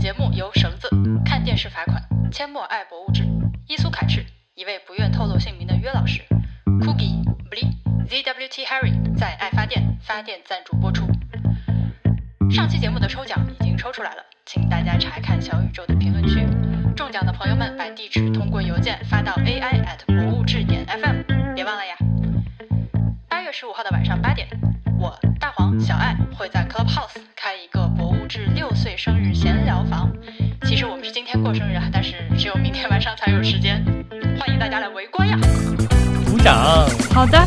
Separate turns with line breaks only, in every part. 节目由绳子、看电视罚款、阡陌爱博物志、伊苏凯士、一位不愿透露姓名的约老师、Cookie、Bli、ZWT Harry 在爱发电发电赞助播出。上期节目的抽奖已经抽出来了，请大家查看小宇宙的评论区。中奖的朋友们把地址通过邮件发到 AI at 博物志点 FM，别忘了呀。八月十五号的晚上八点，我大黄小爱会在 Clubhouse 开一个博物志六岁生日闲聊房。其实我们是今天过生日啊，但是只有明天晚上才有时间，欢迎大家来围观呀！
鼓掌！
好的，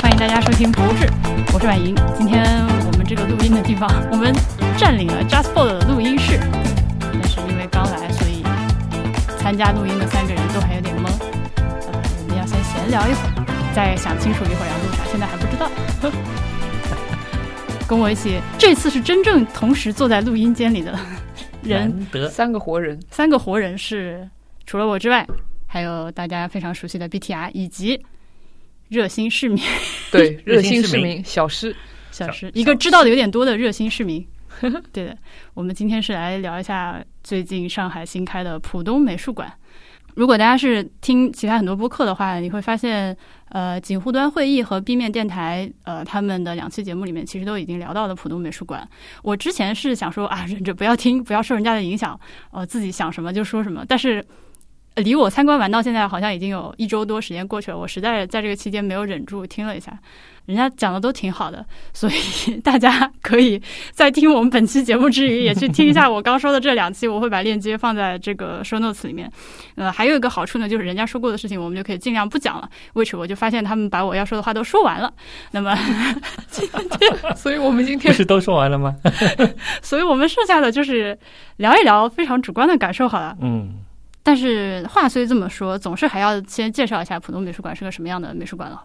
欢迎大家收听《博物志》，我是婉莹。今天我们这个录音的地方，我们占领了 JustPod 的录音室，但是因为刚来，所以参加录音的三个人都还有点懵。呃，我们要先闲聊一会儿，再想清楚一会儿要录啥，现在还不知道。 跟我一起，这次是真正同时坐在录音间里的人
难得
三个活人，
三个活人是除了我之外，还有大家非常熟悉的 BTR 以及热心市民
对，
热
热
心
心
市
市
民
民小诗，
小石
小，
一个知道的有点多的热心市民。 对的，我们今天是来聊一下最近上海新开的浦东美术馆。如果大家是听其他很多播客的话，你会发现，呃，锦湖端会议和 B 面电台，呃，他们的两期节目里面其实都已经聊到了浦东美术馆。我之前是想说啊，忍着不要听，不要受人家的影响，呃，自己想什么就说什么。但是，呃离我参观完到现在好像已经有一周多时间过去了，我实在在这个期间没有忍住听了一下，人家讲的都挺好的，所以 大家可以在听我们本期节目之余，也去听一下我刚说的这两期，我会把链接放在这个 show notes 里面。呃，还有一个好处呢，就是人家说过的事情，我们就可以尽量不讲了。which 我就发现他们把我要说的话都说完了，那么
所以我们今
不
天
是都说完了吗？
所以我们剩下的就是聊一聊非常主观的感受好了。
嗯，
但是话虽这么说，总是还要先介绍一下浦东美术馆是个什么样的美术馆了。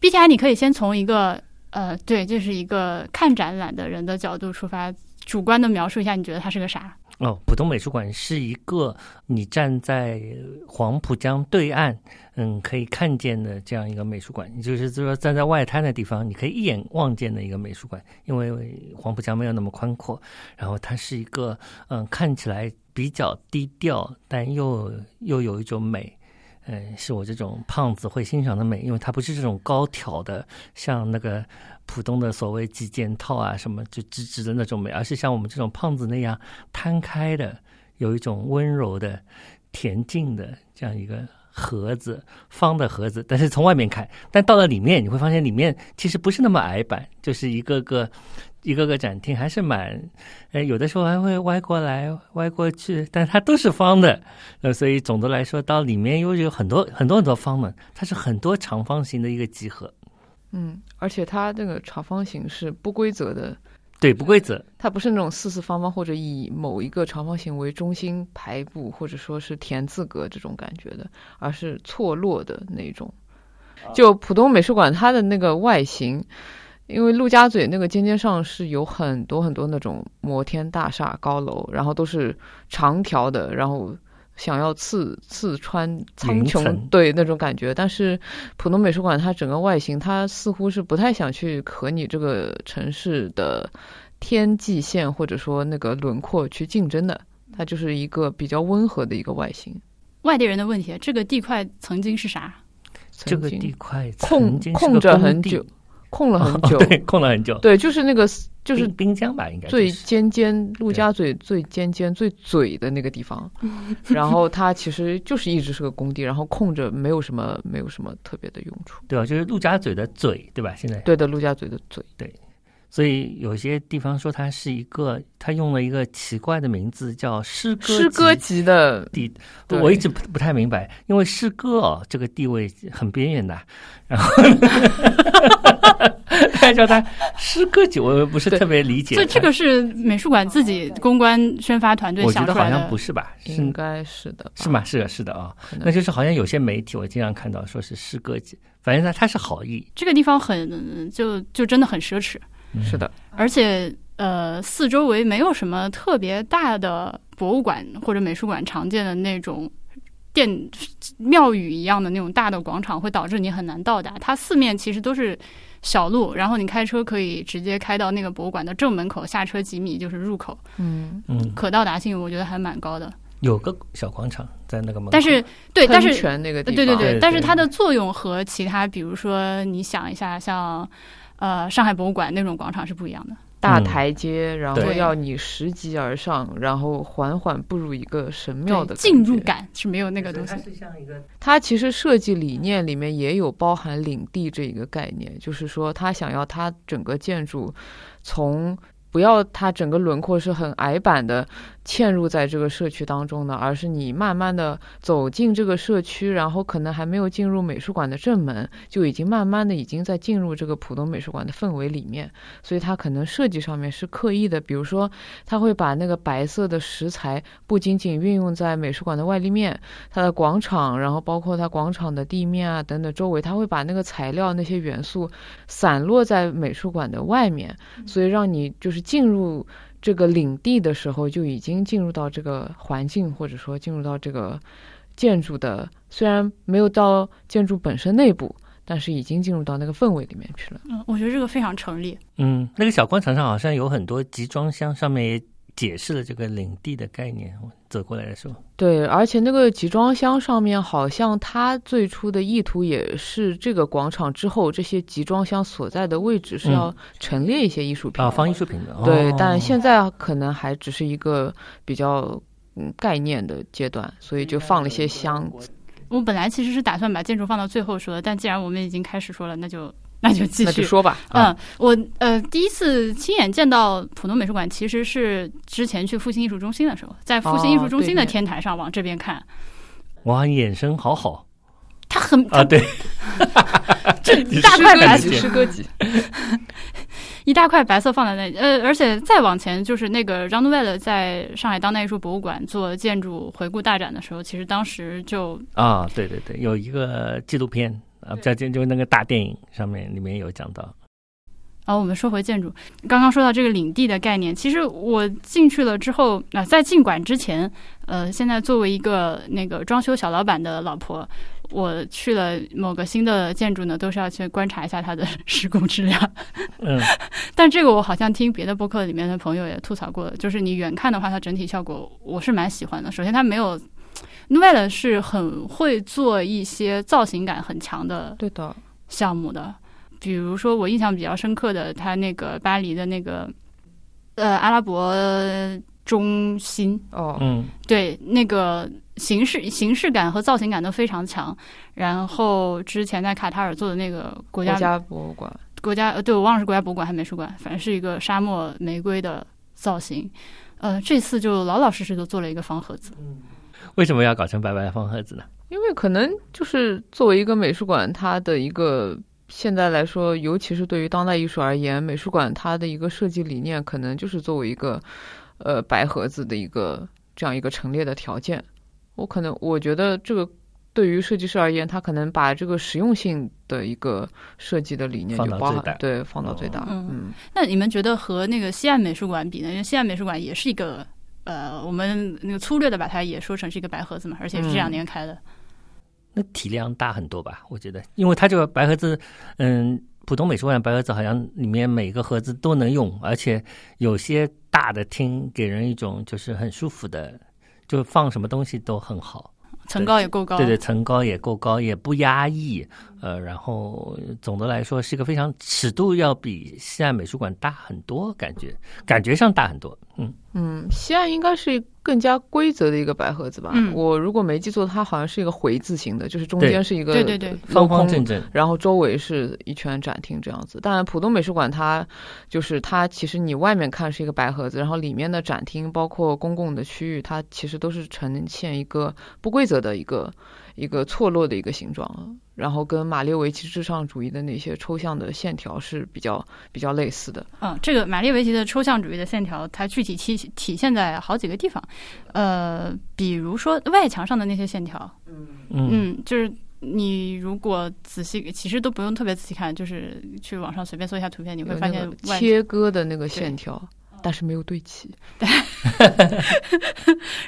BTI，你可以先从一个呃，对，这是一个看展览的人的角度出发，主观的描述一下，你觉得它是个啥？
哦，浦东美术馆是一个你站在黄浦江对岸，嗯，可以看见的这样一个美术馆，也就是说站在外滩的地方，你可以一眼望见的一个美术馆，因为黄浦江没有那么宽阔，然后它是一个嗯看起来比较低调，但又又有一种美。嗯，是我这种胖子会欣赏的美，因为它不是这种高挑的，像那个浦东的所谓几件套啊什么就直直的那种美，而是像我们这种胖子那样摊开的，有一种温柔的、恬静的这样一个盒子，方的盒子。但是从外面看，但到了里面，你会发现里面其实不是那么矮板，就是一个个、 一个个展厅，还是蛮……呃，有的时候还会歪过来、歪过去，但它都是方的。呃，所以总的来说，到里面又有很多很多很多方的，它是很多长方形的一个集合。
嗯，而且它这个长方形是不规则的，
对，不规则，
它不是那种四四方方或者以某一个长方形为中心排布，或者说是田字格这种感觉的，而是错落的那种。
啊
就浦东美术馆它的那个外形，因为陆家嘴那个尖尖上是有很多很多那种摩天大厦高楼，然后都是长条的，然后想要刺刺穿苍
云
穹
层，
对那种感觉。但是浦东美术馆它整个外形，它似乎是不太想去和你这个城市的天际线或者说那个轮廓去竞争的，它就是一个比较温和的一个外形。
外地人的问题，这个地块曾经是啥？
这个
曾经
地块曾
空
经是
嗯空
个
着
工
很
地
久，空了很
哦
久，
对，空了很久，
对，就是那个就是
滨滨江吧，应该就
最
是
尖尖陆家嘴最尖尖最嘴的那个 地方，然后它其实就是一直是个工地，然后空着没有什么没有什么特别的用处。
对吧？就是陆家嘴的嘴，对吧？现在，
对的，陆家嘴的嘴，
所以有些地方说它是一个，它用了一个奇怪的名字叫诗歌
诗歌
集
级的，
地，
对
我一直不不太明白，因为诗歌哦这个地位很边缘的，然后 大家叫它诗歌集，我不是
对
特别理解
所
它。
以这个是美术馆自己公关宣发团队
我觉
想
得
出
好
来
像不
的。
是吧？是
应该是的吧，
是吗？是的，是的啊、
可能？
那就是好像有些媒体我经常看到说是诗歌集，反正它它是好意，
这个地方很就就真的很奢侈，
嗯
啊是的，
而且呃四周围没有什么特别大的博物馆或者美术馆常见的那种殿庙宇一样的那种大的广场，会导致你很难到达。它四面其实都是小路，然后你开车可以直接开到那个博物馆的正门口，下车几米就是入口，
嗯，
嗯，
可到达性我觉得还蛮高的。
有个小广场在那个门口，
但是对，但
喷
是
泉那个地
呃对
方，
对
呃对
但是
对
它的作用和其他，比如说你想一下，像呃上海博物馆那种广场是不一样的。
大
嗯
台阶，然后
对
要你拾级而上，然后缓缓步入一个神庙
对
的
进入
觉
感是没有那个东西
它。是像一个
它其实设计理念里面也有包含领地这一个概念，就是说他想要他整个建筑从不要它整个轮廓是很矮板的嵌入在这个社区当中的，而是你慢慢的走进这个社区，然后可能还没有进入美术馆的正门，就已经慢慢的已经在进入这个浦东美术馆的氛围里面，所以它可能设计上面是刻意的，比如说它会把那个白色的石材不仅仅运用在美术馆的外立面，它的广场，然后包括它广场的地面啊等等周围，它会把那个材料那些元素散落在美术馆的外面，所以让你就是进入这个领地的时候就已经进入到这个环境，或者说进入到这个建筑的，虽然没有到建筑本身内部，但是已经进入到那个氛围里面去了。
嗯，我觉得这个非常成立。
嗯，那个小广场上好像有很多集装箱，上面也解释了这个领地的概念。我走过来的时候，
对，而且那个集装箱上面好像它最初的意图也是这个广场之后这些集装箱所在的位置是要陈列一些艺术品
啊，
的
放艺术品的，
对，
哦
但现在可能还只是一个比较嗯概念的阶段，所以就放了一些箱子，
我本来其实是打算把建筑放到最后说的，但既然我们已经开始说了，那就那就继
那
续。
就说啊吧。
嗯，我呃第一次亲眼见到浦东美术馆，其实是之前去复兴艺术中心的时候，在复兴艺术中心的
哦对面
天台上往这边看，
哇，眼神好好
它很
啊，对，
这
你
大
诗
块
歌
白
集，诗歌集，
一大块白色放在那里，呃，而且再往前就是那个张东卫了在上海当代艺术博物馆做建筑回顾大展的时候，其实当时就
啊，对对对，有一个纪录片啊，叫就就那个大电影上面里面有讲到，
然后我们说回建筑，刚刚说到这个领地的概念，其实我进去了之后，啊、在进馆之前，呃，现在作为一个那个装修小老板的老婆，我去了某个新的建筑呢，都是要去观察一下它的 施工质量。
嗯，
但这个我好像听别的播客里面的朋友也吐槽过，就是你远看的话，它整体效果我是蛮喜欢的。首先，它没有 Nouvelle 是很会做一些造型感很强的
对的，
项目的，比如说我印象比较深刻的，他那个巴黎的那个呃阿拉伯中心，
哦，
嗯，
对那个形式形式感和造型感都非常强。然后之前在卡塔尔做的那个国
国
家
家博物馆，
国家呃，对我忘了是国家博物馆还是美术馆，反正是一个沙漠玫瑰的造型。呃，这次就老老实实的做了一个方盒子。
为什么要搞成白白方盒子呢？
因为可能就是作为一个美术馆，它的一个现在来说，尤其是对于当代艺术而言，美术馆它的一个设计理念，可能就是作为一个呃白盒子的一个这样一个陈列的条件。我可能我觉得这个对于设计师而言，他可能把这个实用性的一个设计的理念
放
就
到
包
最大
含对放到最大，
嗯
嗯，
那你们觉得和那个西岸美术馆比呢？因为西岸美术馆也是一个，呃，我们那个粗略的把它也说成是一个白盒子嘛，而且
嗯
是这两年开的。
那体量大很多吧？我觉得，因为它这个白盒子，嗯，普通美术馆的白盒子好像里面每个盒子都能用，而且有些大的厅给人一种就是很舒服的，就放什么东西都很好。
层高也够高。
对对，层高也够高，也不压抑。呃，然后呃总的来说是一个非常尺度要比西岸美术馆大很多，感觉感觉上大很多。嗯，
嗯，西岸应该是更加规则的一个白盒子吧。
嗯
我如果没记错，它好像是一个回字形的，就是中
对
间是一个
对对对
方
镂
方
空
正正。
然后周围是一圈展厅这样子。但浦东美术馆它就是它，其实你外面看是一个白盒子，然后里面的展厅包括公共的区域，它其实都是呈现一个不规则的一个一个错落的一个形状，然后跟马列维奇至上主义的那些抽象的线条是比较比较类似的。
嗯，这个马列维奇的抽象主义的线条，它具体体体现在好几个地方，呃，比如说外墙上的那些线条，
嗯
嗯，就是你如果仔细，其实都不用特别仔细看，就是去网上随便搜一下图片，你
有
会
那
发现
个
外
切割的那个线条，但是没有对齐。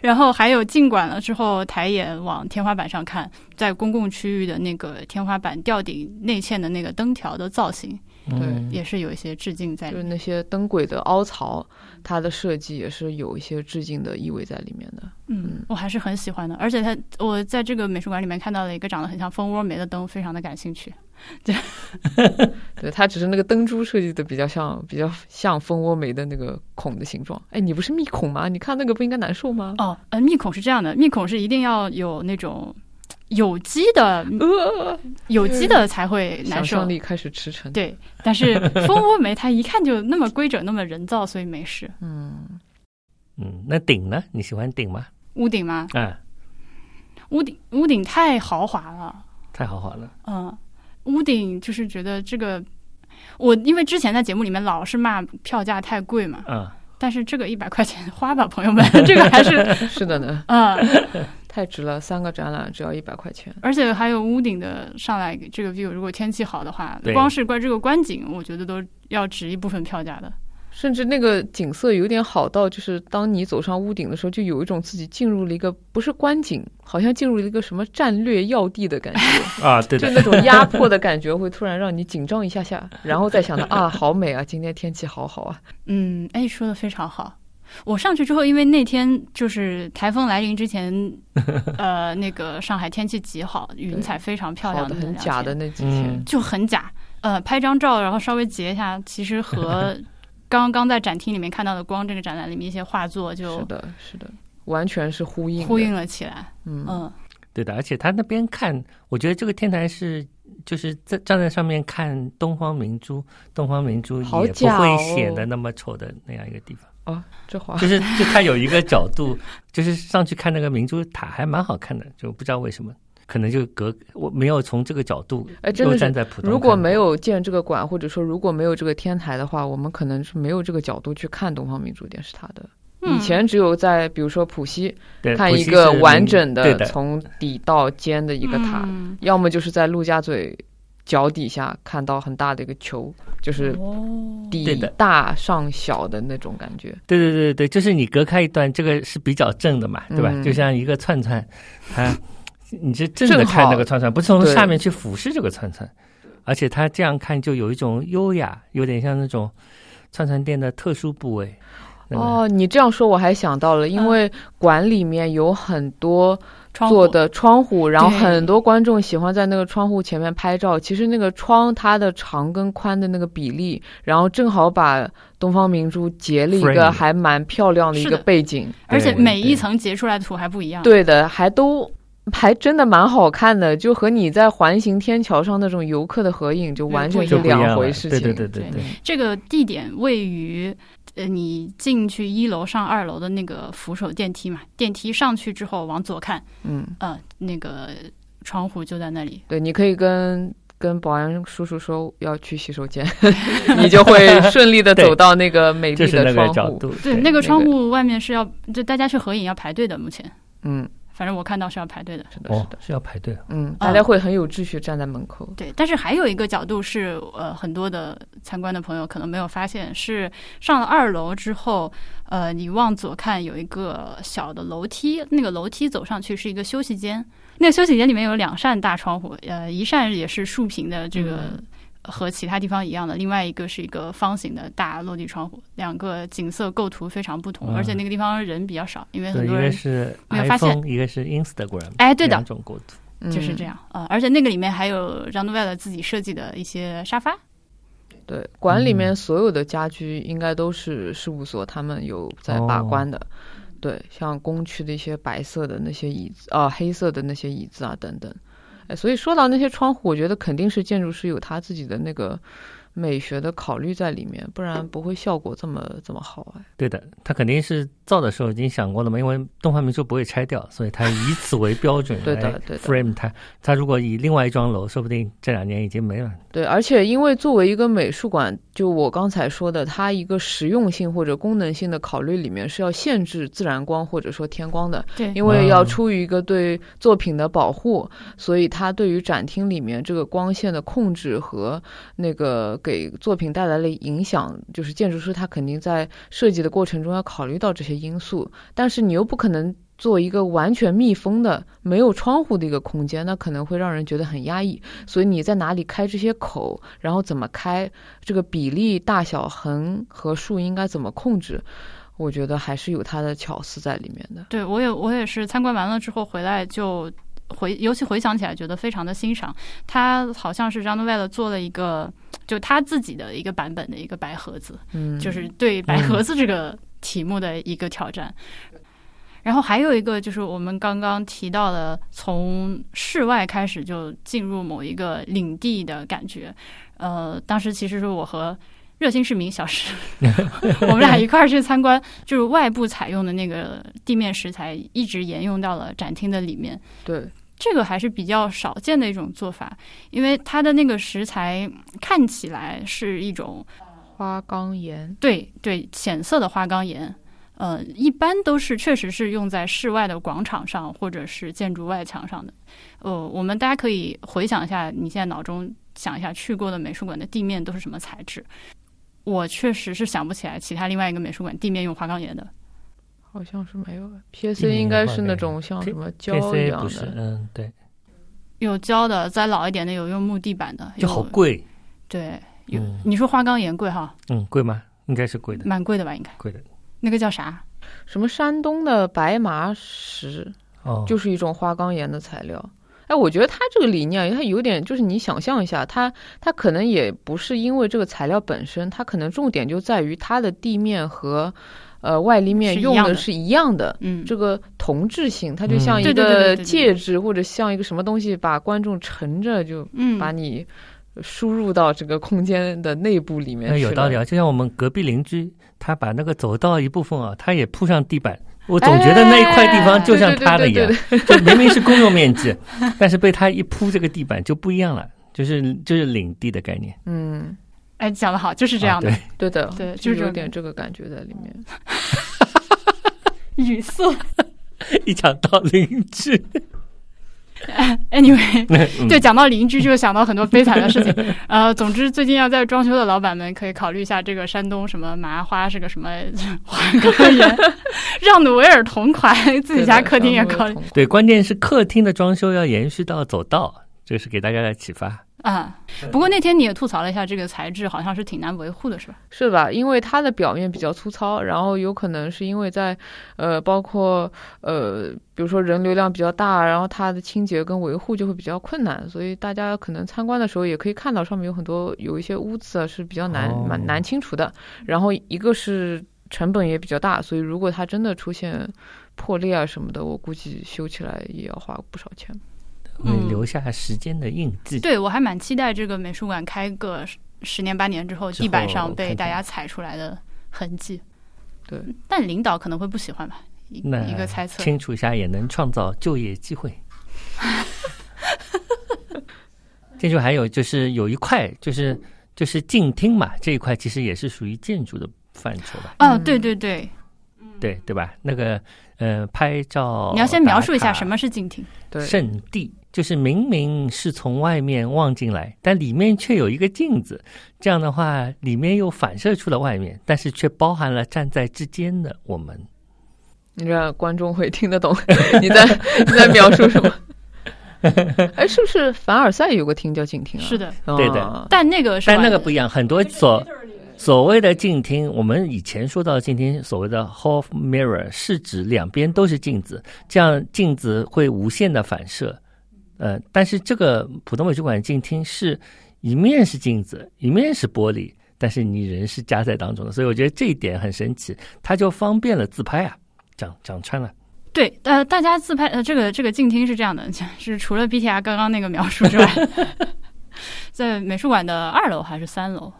然后还有进馆了之后，抬眼往天花板上看，在公共区域的那个天花板吊顶内嵌的那个灯条的造型，
嗯
也是有一些致敬在
就
里
是
面。
那些灯轨的凹槽，它的设计也是有一些致敬的意味在里面的。
嗯，我还是很喜欢的。而且它，我在这个美术馆里面看到了一个长得很像蜂窝煤的灯，非常的感兴趣。
对，它只是那个灯珠设计的比较像，比较像蜂窝煤的那个孔的形状。哎，你不是密孔吗？你看那个不应该难受吗？
哦，呃，密孔是这样的，密孔是一定要有那种有机的，
呃，
有机的才会难
想
受
象。力开始驰骋。，
对，但是蜂窝煤它一看就那么规整，那么人造，所以没事。
嗯，
嗯，那顶呢？你喜欢顶吗？
屋顶吗？
啊，
屋顶屋顶太豪华了，
太豪华了。
嗯，屋顶就是觉得这个，我因为之前在节目里面老是骂票价太贵嘛，
啊，
但是这个一百块钱花吧，朋友 们，这个还是
是的呢，
嗯，
太值了，三个展览只要一百块钱。
而且还有屋顶的上来这个 view，如果天气好的话，
对
光是观这个观景，我觉得都要值一部分票价的。
甚至那个景色有点好到，就是当你走上屋顶的时候，就有一种自己进入了一个不是观景，好像进入了一个什么战略要地的感觉，
啊，对
就
的，
那种压迫的感觉，会突然让你紧张一下下，然后再想到啊，好美啊，今天天气好好啊，
嗯，哎，说的非常好。我上去之后，因为那天就是台风来临之前， 呃，那个上海天气极好，云彩非常漂
好
亮
的
的，
很假的，那几天
嗯，
就很假。呃，拍张照，然后稍微截一下，其实 和刚刚在展厅里面看到的光这个展览里面一些画作
是
就
的，是的，完全是呼应的
呼应，了起来。
嗯，
嗯
对的。而且他那边看，我觉得这个天台是。就是在站在上面看东方明珠，东方明珠也
好
不
假
会
哦
显得那么丑的那样一个地方，
哦，这话
就是就它有一个角度， 就是上去看那个明珠塔还蛮好看的，就不知道为什么，可能就隔我没有从这个角度
哎，真
又
的是
站在普通，
如果没有建这个馆，或者说如果没有这个天台的话，我们可能是没有这个角度去看东方明珠电视塔的。
嗯
以前只有在比如说浦西
对
看
浦
一
西
个
是
完
明
整
对
的
的
从底到尖的一个塔，
嗯
要么就是在陆家嘴脚底下看到很大的一个球，就是
哦，
底
对的
大上小的那种感觉。
对对对对，就是你隔开一段，这个是比较正的嘛，对吧？
嗯
就像一个串串，它你是正的看那个串串，不是从
对
下面去俯视这个串串，而且它这样看就有一种优雅，有点像那种串串店的特殊部位。那个，
哦，你这样说我还想到了，因
嗯
为馆里面有很多
窗
做
户
的窗户，然后
对
很多观众喜欢在那个窗户前面拍照。其实那个窗它的长跟宽的那个比例，然后正好把东方明珠截了一
Frame
个还蛮漂亮的一
是
个
的嗯
背景。
而且
对
每
对
一层截出来的图还不一样。
对的，还都还真的蛮好看的，就和你在环形天桥上那种游客的合影就完全
嗯
是
就不一样
两
了
回事情。
对对对对对，
这个地点位于呃，你进去一楼上二楼的那个扶手电梯嘛，电梯上去之后往左看，
嗯，
呃，那个窗户就在那里。
对，你可以跟。跟保安叔叔说要去洗 手间，你就会顺利的
对
走到那个美
就
丽
是
的
那个
窗户。
角度，
对，那个
个
窗户外面是要，就大家去合影要排队的。目前，
嗯，
反正我看到是要排队的。
是的，是
哦
的。
是要排队的，
嗯，
啊
大家会很有秩序站在门口。
对，但是还有一个角度是，呃，很多的参观的朋友可能没有发现，是上了二楼之后，呃，你往左看有一个小的楼梯，那个楼梯走上去是一个休息间，那个休息间里面有两扇大窗户，呃，一扇也是竖屏的，这个
嗯
和其他地方一样的，另外一个是一个方形的大落地窗户，两个景色构图非常不同，而且
嗯
那个地方人比较少，因为
对，
很
一
多
个
人，
是嗯
没有发现
iPhone，一个是 Instagram，
哎，对的
两，种构图，
就是这
样。
样啊、呃而且那个里面还有让 a n 了自己设计的一些沙发。
对，馆里面所有的家居应该都是事务所他们有在把关的。对，像工区的一些白色的那些椅子啊、黑色的那些椅子啊等等。哎，所以说到那些窗户，我觉得肯定是建筑师有他自己的那个美学的考虑在里面，不然不会效果这么这么好哎。
对的，他肯定是造的时候已经想过了嘛，因为东方明珠不会拆掉，所以他以此为标准
对的
来
对的
frame 它。他如果以另外一幢楼，说不定这两年已经没了。
对，而且因为作为一个美术馆，就我刚才说的，它一个实用性或者功能性的考虑里面是要限制自然光或者说天光的，
对，
因为要
嗯
出于一个对作品的保护，所以它对于展厅里面这个光线的控制和那个给作品带来的影响，就是建筑师他肯定在设计的过程中要考虑到这些因素，但是你又不可能做一个完全密封的、没有窗户的一个空间，那可能会让人觉得很压抑。所以你在哪里开这些口，然后怎么开，这个比例、大小、横和竖应该怎么控制，我觉得还是有它的巧思在里面的。
对我也我也是参观完了之后回来就回，尤其回想起来觉得非常的欣赏。他好像是 John w e l 做了一个就他自己的一个版本的一个白盒子，
嗯，
就是对白盒子这个题目的一个挑战。然后还有一个就是我们刚刚提到的，从室外开始就进入某一个领地的感觉。呃，当时其实是我和热心市民小石， 我们俩一块儿去参观，就是外部采用的那个地面石材，一直沿用到了展厅的里面。
对，
这个还是比较少见的一种做法，因为它的那个石材看起来是一种
花岗岩，
对对，浅色的花岗岩，呃，一般都是确实是用在室外的广场上或者是建筑外墙上的。呃，我们大家可以回想一下，你现在脑中想一下去过的美术馆的地面都是什么材质。我确实是想不起来其他另外一个美术馆地面用花岗岩的。
好像是没有的。PSC 应该是那种像什么胶一
PCA
样
不是，
的，哎
嗯，对，
有胶的，再老一点的有用木地板的，
就好
有。
贵，
对，有、
嗯
你说花岗岩贵哈，
嗯，贵吗？应该是贵的，
蛮贵的吧？应该
贵的。
那个叫啥？
什么山东的白麻石，
哦，
就是一种花岗岩的材料。哎，我觉得它这个理念，它有点就是你想象一下，它它可能也不是因为这个材料本身，它可能重点就在于它的地面和呃外立面
是一
用
样
的
的
是一样的。
嗯，
这个同质性，它就
嗯
像一
对对对对
个
对对对
戒指或者像一个什么东西，把观众沉着，就
嗯，
把你输入到这个空间的内部里面
哎
那
去
有道理
了
啊，就像我们隔壁邻居，他把那个走道一部分啊，他也铺上地板。我总觉得那一块地方就像他的一样
哎，
就明 明是公用面积，但是被他一铺这个地板就不一样了，就是就是领地的概念。
嗯，
哎，讲的好，就是这样的、
啊
对的，
对就
就
是是
有点这个感觉在里面。
语速。
对， 一讲到邻居，
Anyway，
嗯
对，，讲到邻居就想到很多悲惨的事情。 呃，总之最近要在装修的老板们可以考虑一下这个山东什么麻花是个什么花岗 岩，让努维尔同款，自己家客厅也
对的
考虑。
对，关键是客厅的装修要延续到走道，这是给大家的启发。
啊、不过那天你也吐槽了一下这个材质，好像是挺难维护的，是吧？
是吧？因为它的表面比较粗糙，然后有可能是因为在，呃，包括呃，比如说人流量比较大，然后它的清洁跟维护就会比较困难，所以大家可能参观的时候也可以看到上面有很多有一些污渍啊是比较难
哦
蛮、难清除的。然后一个是成本也比较大，所以如果它真的出现破裂啊什么的，我估计修起来也要花不少钱。
会
嗯
留下时间的印记。
对我还蛮期待这个美术馆开个十十年八年之后，
之后
地板上
看
被
看
大家踩出来的痕迹。嗯
对，
但领导可能会不喜欢吧，一
那
一个猜测。
清楚一下也能创造就业机会。 建筑还有就是有一块就是就是静厅嘛，这一块其实也是属于建筑的范畴吧，
哦，对对对，
对对吧？那个呃，拍照
嗯你要先描述一下什
么。
么是静听。
对，
圣地，就是明明是从外面望进来，但里面却有一个镜子，这样的话，里面又反射出了外面，但是却包含了站在之间的我们。
你让观众会听得懂 你在你在描述 什么。哎，是不是凡尔赛有个厅叫静厅啊？
是，的，
对的
啊、
但那个是
但那
完
个不一样，很多所所谓的镜厅，我们以前说到镜厅，所谓的 half mirror 是指两边都是镜子，这样镜子会无限的反射。呃，但是这个普通美术馆镜厅是一面是镜子，一面是玻璃，但是你人是夹在当中的，所以我觉得这一点很神奇，它就方便了自拍啊，讲讲穿了。
对，呃，大家自拍，呃，这个这个静听是这样的， 是除了 BTR 刚刚那个描述之外， 在美术馆的二楼还是三楼？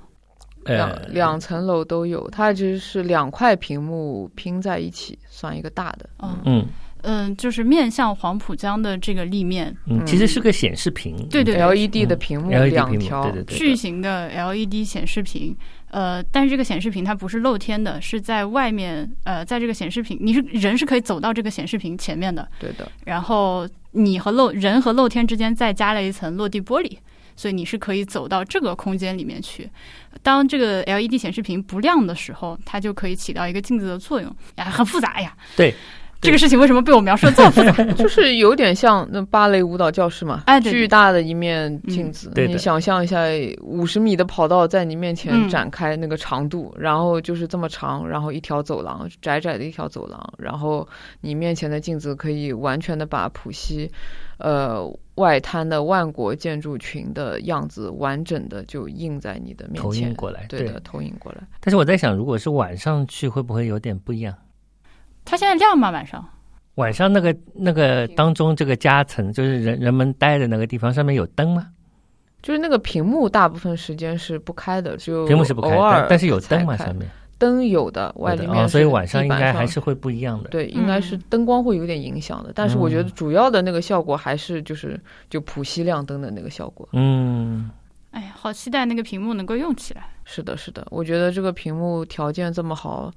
呃
两，两层楼都有，它就是两块屏幕拼在一起，算一个大的。
嗯
嗯
嗯、就是面向黄浦江的这个立面，
嗯，其实是个显示屏，嗯
对对对，
LED E 的屏幕
LED
两
E 屏幕，
条，
对对对，
巨型的 LED 显示屏。呃，但是这个显示屏它不是露天的，是在外面。呃，在这个显示屏，你是人是可以走到这个显示屏前面的，
对的，
然后你和露人和露天之间再加了一层落地玻璃，所以你是可以走到这个空间里面去。当这个 E LED 哎显示屏不亮的时候，它就可以起到一个镜子的作用。呀，很复杂呀。
对，
这个事情为什么被我描述的这么复杂？
就是有点像那芭蕾舞蹈教室嘛，
哎对对
巨大的一面镜子，
对
你
的
想象一下，五十米的跑道在你面前
嗯
展开那个长度，然后就是这么长，然后一条走廊，窄窄的一条走廊，然后你面前的镜子可以完全的把浦西，呃。外滩的万国建筑群的样子，完整的就映在你的面前，
投影过来。
对的，投影过来。
但是我在想，如果是晚上去，会不会有点不一样？
它现在亮吗？晚上？
晚上那个那个当中这个夹层，就是人人们待的那个地方，上面有灯吗？
就是那个屏幕大部分时间是不开的，就
屏幕是不开，
偶尔
但但是有灯嘛，
才开
上面
灯有的，外
有
立
的
面、
哦，所以晚上应该还
是
是会不一样的。嗯
对，应该是灯光会有点影响的，但是我觉得主要的那个效果还是就是就普希亮灯的那个效果。
嗯，
哎呀，好期待那个屏幕能够用起来。
是的，是的，我觉得这个屏幕条件这么好，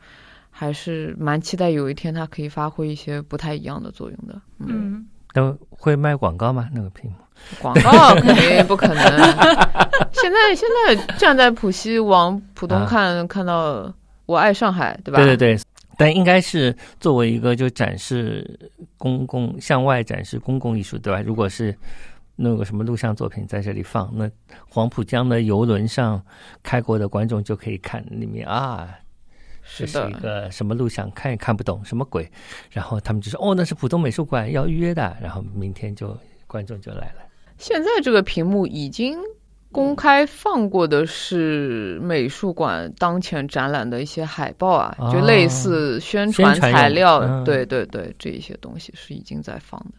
还是蛮期待有一天它可以发挥一些不太一样的作用的。嗯，
嗯，
那会卖广告吗？那个屏幕？
广告肯定不可能。现在现在站在浦西往浦东
啊
看，看到我爱上海，对吧？
对对对，但应该是作为一个就展示公共向外展示公共艺术，对吧？如果是弄个什么录像作品在这里放，那黄浦江的游轮上开过的观众就可以看里面啊。这
是
是
的
一，个什么录像，看也看不懂，什么鬼？然后他们就说：“哦，那是浦东美术馆，要预约的。”然后明天就观众就来了。
现在这个屏幕已经公开放过的是美术馆当前展览的一些海报啊，
哦
就类似宣传
宣传
材料，
用的嗯
对对对，这一些东西是已经在放的。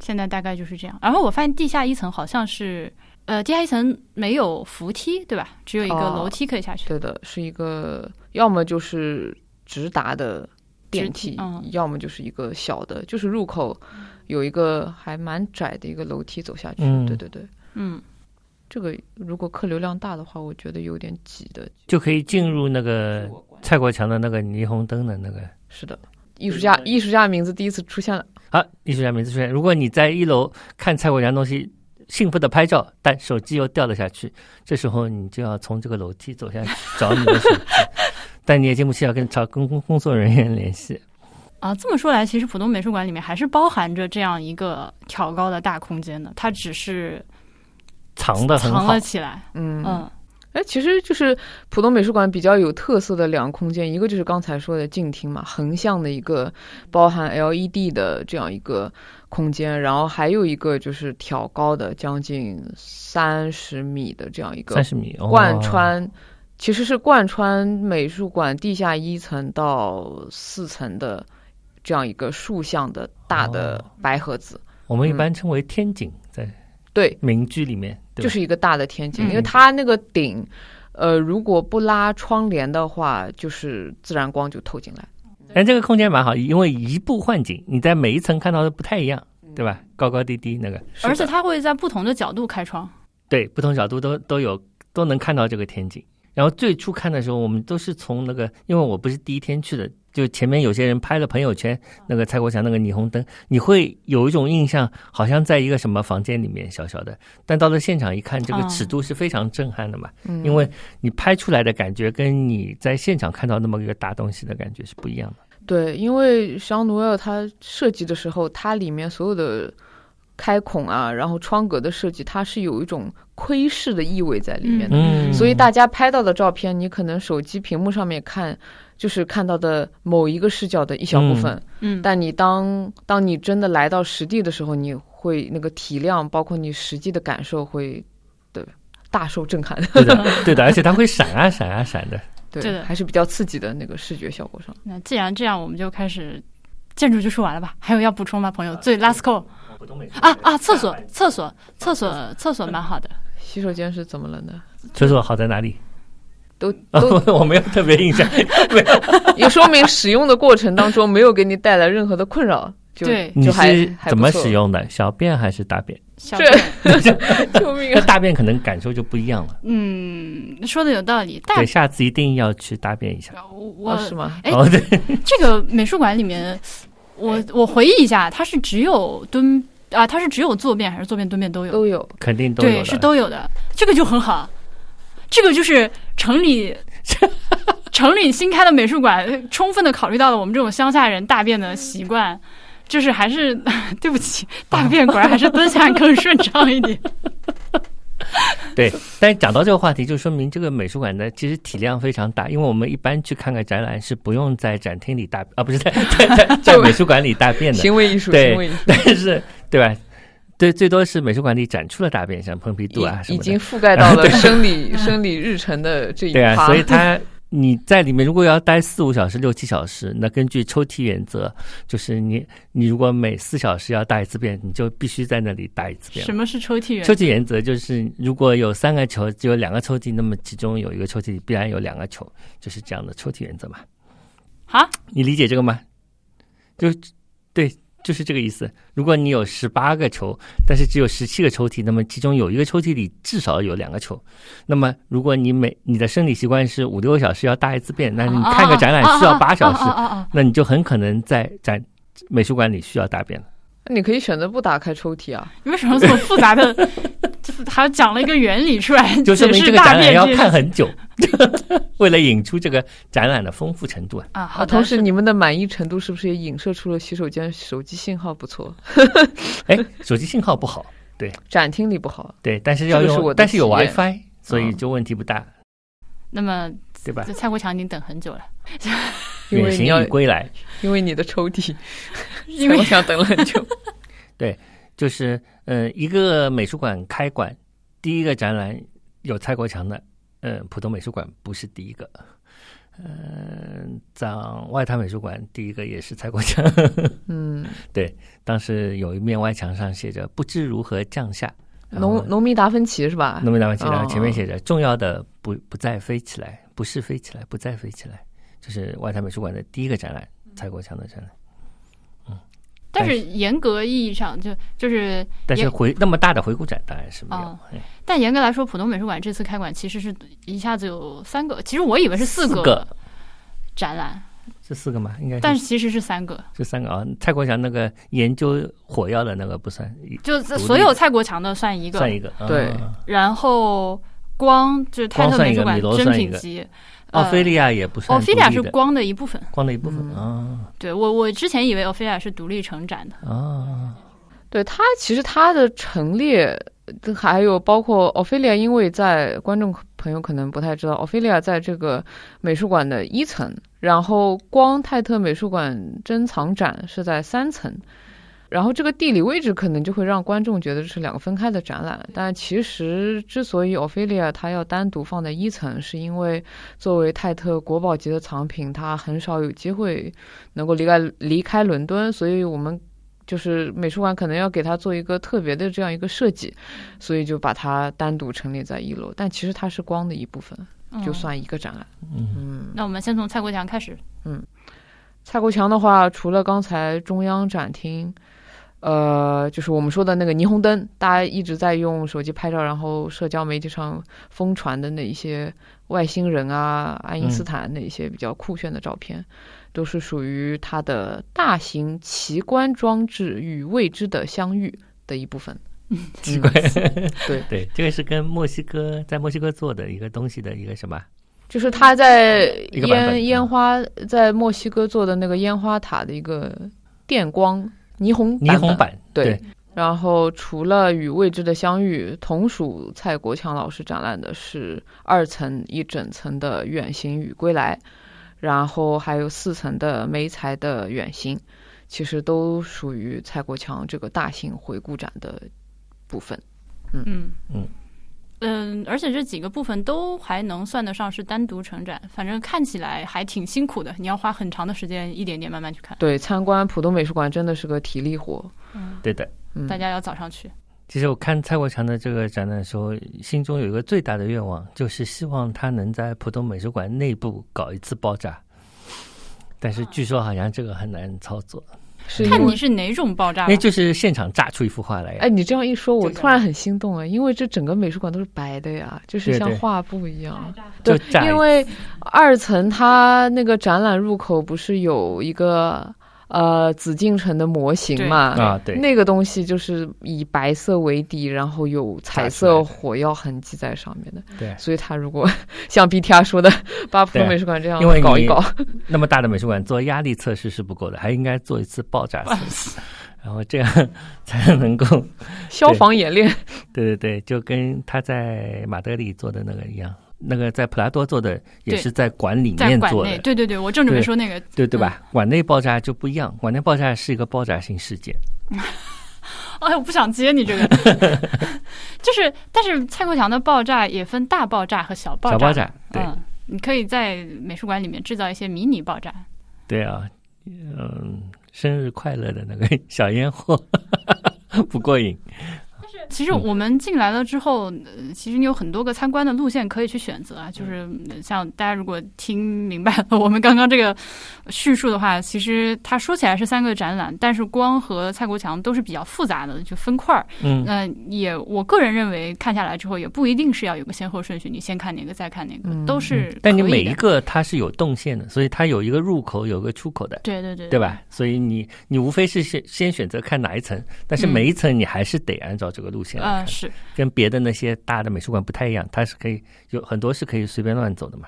现在大概就是这样。然后我发现地下一层好像是，呃，地下一层没有扶梯，对吧？只有一个
哦
楼梯可以下去。
对的，是一个要么就是直达的电
直
梯，
梯嗯
要么就是一个小的，就是入口有一个还蛮窄的一个楼梯走下去。
嗯
对对对，
嗯，
这个如果客流量大的话，我觉得有点挤的。
就可以进入那个蔡国强的那个霓虹灯的那个
是的，艺术家艺术家名字第一次出现了。
好，艺术家名字出现。如果你在一楼看蔡国强东西，兴奋的拍照，但手机又掉了下去，这时候你就要从这个楼梯走下去找你的手机，但你也进不去，要跟找跟工工作人员联系。
啊，这么说来，其实浦东美术馆里面还是包含着这样一个挑高的大空间的，它只是
藏的很
藏
好
了，起来。嗯，
哎，其实就是浦东美术馆比较有特色的两个空间，一个就是刚才说的静厅嘛，横向的一个包含 LED 的这样一个空间，然后还有一个就是挑高的将近三十米的这样一个
三十米，哦
贯穿，其实是贯穿美术馆地下一层到四层的这样一个竖向的大的
哦
白盒子。
我们一般称为天井，在
对，
民居里面，对吧
就是一个大的天井，
嗯
因为它那个顶，呃，如果不拉窗帘的话，就是自然光就透进来。
哎但这个空间蛮好，因为移步换景，你在每一层看到的不太一样，对吧？高高低低那个，
是的
而且它会在不同的角度开窗。
对，不同角度都都有都能看到这个天井。然后最初看的时候，我们都是从那个，因为我不是第一天去的，就前面有些人拍了朋友圈，那个蔡国强那个霓虹灯，你会有一种印象，好像在一个什么房间里面小小的，但到了现场一看，这个
嗯
尺度是非常震撼的嘛，
嗯
因为你拍出来的感觉跟你在现场看到那么一个大东西的感觉是不一样的。
对，因为香努尔它设计的时候，它里面所有的开孔啊，然后窗格的设计，它是有一种窥视的意味在里面的。
嗯，
所以大家拍到的照片，你可能手机屏幕上面看，就是看到的某一个视角的一小部分，
嗯，
但你当当你真的来到实地的时候，你会那个体量，包括你实际的感受会，对，大受震撼。
对的，对的，而且它会闪啊闪啊闪的，
对，
对的
还是比较刺激的那个视觉效果上。
那既然这样，我们就开始建筑就说完了吧？还有要补充吗，朋友？
呃
最 last call 啊啊！厕所，厕所，厕所，厕
嗯
所蛮好的。
洗手间是怎么 了呢？
厕所好在哪里？
都都
我没有特别印 象，没有。
也说明使用的过程当中没有给你带来任何的困扰，就
对
你
就是还还
怎
不
么
错
使？用的？小便还是大 便？
小
这
便
救命
那
啊！
大便可能感受就不一样了。
嗯，说的有道理。大
对，下次一定要去大便一下。
我、
哦，是吗？
哎
哦，对，
这个美术馆里面，我
哎
我回忆一下，它是只有蹲啊，它是只有坐便还是坐便蹲便都有？
都有，
肯定都有
对，
的。
是都有的。这个就很好，这个就是城里城里新开的美术馆充分的考虑到了我们这种乡下人大便的习惯，就是还是 对不起，大便果然还是蹲下更顺畅一 点。
对，但是讲到这个话题，就说明这个美术馆的其实体量非常大，因为我们一般去看个展览是不用在展厅里大啊，不是 在在在在美术馆里大便的，
行为艺术，
对
行为艺术
但是对吧？对，最多是美术馆里展出了大便，像蓬皮杜啊什
已已
么
经
的，
覆 盖到了生理生理日程的这一
对啊，
趴，
所以 它。你在里面如果要待四五小时、六七小时，那根据抽屉原则，就是你你如果每四小时要大一次便，你就必须在那里大一次便
什。么是抽屉人
抽？屉原则就是，如果有三个球，只有两个抽屉，那么其中有一个抽屉里必然有两个球，就是这样的抽屉原则嘛。
啊，
你理解这个吗？就对，就是这个意思。如果你有十八个球，但是只有十七个抽屉，那么其中有一个抽屉里至少有两个球。那么如果你每你的生理习惯是五六个小时要大一次便，那你
哦
看个展览需要八小时，
啊啊啊啊啊
那你就很可能在展美术馆里需要大便了。
你可以选择不打开抽屉啊。
你为什么这么复杂的， 就是还讲了一个原理出来
就说
解
明这
释
个
大
展览
便
要
这件
看很久， 为了引出这个展览的丰富程度啊。
啊？
啊，
好的，
同时你们的满意程度是不是也影射出了洗手间手机信号不错，
哎，手机信号不好，
展厅里不好？啊
对，但是要
这个
用，
是我的
但是有
体验
WiFi，所以
嗯
就问题不大，
那么
对吧
这？蔡国强已经等很久了，
因
远
为你
行
要
已归来，
因为你的抽屉，
因为
我想等了很 久。
就是呃，一个美术馆开馆，第一个展览有蔡国强的，呃，浦东美术馆不是第一个，呃，长外滩美术馆第一个也是蔡国强，
嗯，
当时有一面外墙上写着“不知如何降下”，然后
农农民达芬奇是
啊
吧？
农民达芬奇，然后前面
哦
写着“重要的不不再飞起来，不是飞起来，不再飞起来”，就是外滩美术馆的第一个展览，蔡国强的展览。
但是
但
严格意义上就就是，
但是
也
回那么大的回顾展当然是没有
哦，
哎
但严格来说，浦东美术馆这次开馆其实是一下子有三个，其实我以为是四
四个
展览，
这四个嘛，应该
但
是
是其实是三个，
这三个啊。蔡国强那个研究火药的那个不算，一
就
立
所有蔡国强的算一个，
算一个。
对
啊
然后光就是泰
光
特
算
美
一
术
个
馆
米罗
真
算一
品
个
集，呃
奥菲利亚也不算
奥
独立
菲
的，
利亚是嗯光的一部分。
光的一部分啊
对我我之前以为奥菲利亚是独立成展的，嗯
啊，
对它其实它的陈列，这还有包括奥菲利亚，因为在观众朋友可能不太知道，奥菲利亚在这个美术馆的一层，然后光泰特美术馆珍藏展是在三层。然后这个地理位置可能就会让观众觉得这是两个分开的展览，但其实之所以奥菲利亚它要单独放在一层，是因为作为泰特国宝级的藏品，它很少有机会能够离开离开伦敦，所以我们就是美术馆可能要给它做一个特别的这样一个设计，所以就把它单独陈列在一楼。但其实它是光的一部分，就
嗯。
算一个展览。嗯
那我们先从蔡国强开始，
蔡国强的话，除了刚才中央展厅，呃，就是我们说的那个霓虹灯，大家一直在用手机拍照，然后社交媒体上疯传的那一些外星人啊、爱因斯
嗯
坦那一些比较酷炫的照片，都是属于他的大型奇观装置与未知的相遇的一部分。
嗯
嗯
奇怪，
对，
对，这个是跟墨西哥在墨西哥做的一个东西的一个什么？
就是他在
一个版本嗯
烟烟花在墨西哥做的那个烟花塔的一个电光霓虹版
霓
本
虹版，
对
对
然后除了与未知的相遇，同属蔡国强老师展览的是二层一整层的远行与归来，然后还有四层的梅才的远行，其实都属于蔡国强这个大型回顾展的部分。
嗯
嗯
嗯，而且这几个部分都还能算得上是单独成展，反正看起来还挺辛苦的，你要花很长的时间一点点慢慢去看，
对，参观浦东美术馆真的是个体力活。
对的。
嗯，
大家要早上去。
其实我看蔡国强的这个展览的时候，心中有一个最大的愿望，就是希望他能在浦东美术馆内部搞一次爆炸。但是据说好像这个很难操作，
是因
看
为
你是哪种爆炸
因
吧
为就是现场炸出一幅画来啊呀。
哎，你这样一说，我
就这样
突然很心动啊，因为这整个美术馆都是白的呀，就是
对
像
对
画布一样。
就炸一
因为二层它那个展览入口不是有一个呃紫禁城的模型嘛，
啊，对，
那个东西就是以白色为底，然后有彩色火药痕迹在上面的。
对
所以他如果像 BTR 说的，把普通
对
美术馆这样
因为
搞一
你
搞，
那么大的美术馆做压力测试是不够的，还应该做一次爆炸
啊
测试，然后这样才能够，
消防演练，
对对对，就跟他在马德里做的那个一样，那个在普拉多做的也
对
是在馆里
在
面
馆
做
内，
的，
对对对，我正准备说那个，
对对
嗯
吧？馆内爆炸就不一样，馆内爆炸是一个爆炸性事件，
哎，我不想接你这 个，就是，但是蔡国强的爆炸也分大爆炸和小爆
小
炸，
爆炸，对、
嗯，你可以在美术馆里面制造一些迷你爆炸，
对啊，嗯，生日快乐的那个小烟火 不过瘾，
其实
嗯
我们进来了之后，呃其实你有很多个参观的路线可以去选
嗯
择啊。就是呃像大家如果听明白了我们刚刚这个叙述的话，其实它说起来是三个展览，但是光和蔡国强都是比较复杂的，就分块儿。
嗯，
那、也我个人认为看下来之后，也不一定是要有个先后顺序，你先看哪个再看哪个，
嗯
都是
但你
可以
每
的
一个它是有动线的，所以它有一个入口，有个出口的。
对对对呃
对？吧？所以你你无非是先先选择看哪一层，但是
嗯
每一层你还是得按照这个路线来看，
呃，是。
跟别的那些大的美术馆不太一样，它是可以有很多是可以随便乱走的嘛。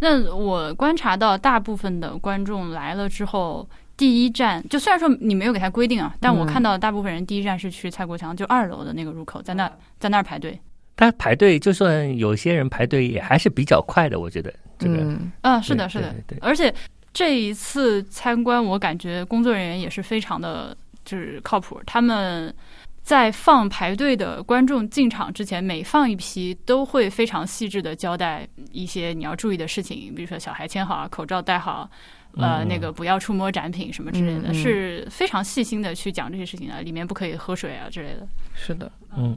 那我观察到，大部分的观众来了之后，第一站就虽然说你没有给他规定啊，但我
嗯
看到大部分人第一站是去蔡国强就二楼的那个入口，在
嗯
那儿在那儿排队。
他排队，就算有些人排队也还是比较快的，我觉得这个、
嗯，
嗯、是的，
对
是的
对对对，
而且这一次参观，我感觉工作人员也是非常的，就是靠谱。他们在放排队的观众进场之前，每放一批都会非常细致的交代一些你要注意的事情，比如说小孩签好啊，口罩戴好啊， 呃，
嗯
那个不要触摸展品什么之类的，
嗯嗯
是非常细心的去讲这些事情的。里面不可以喝水啊之类的，
是的。
嗯，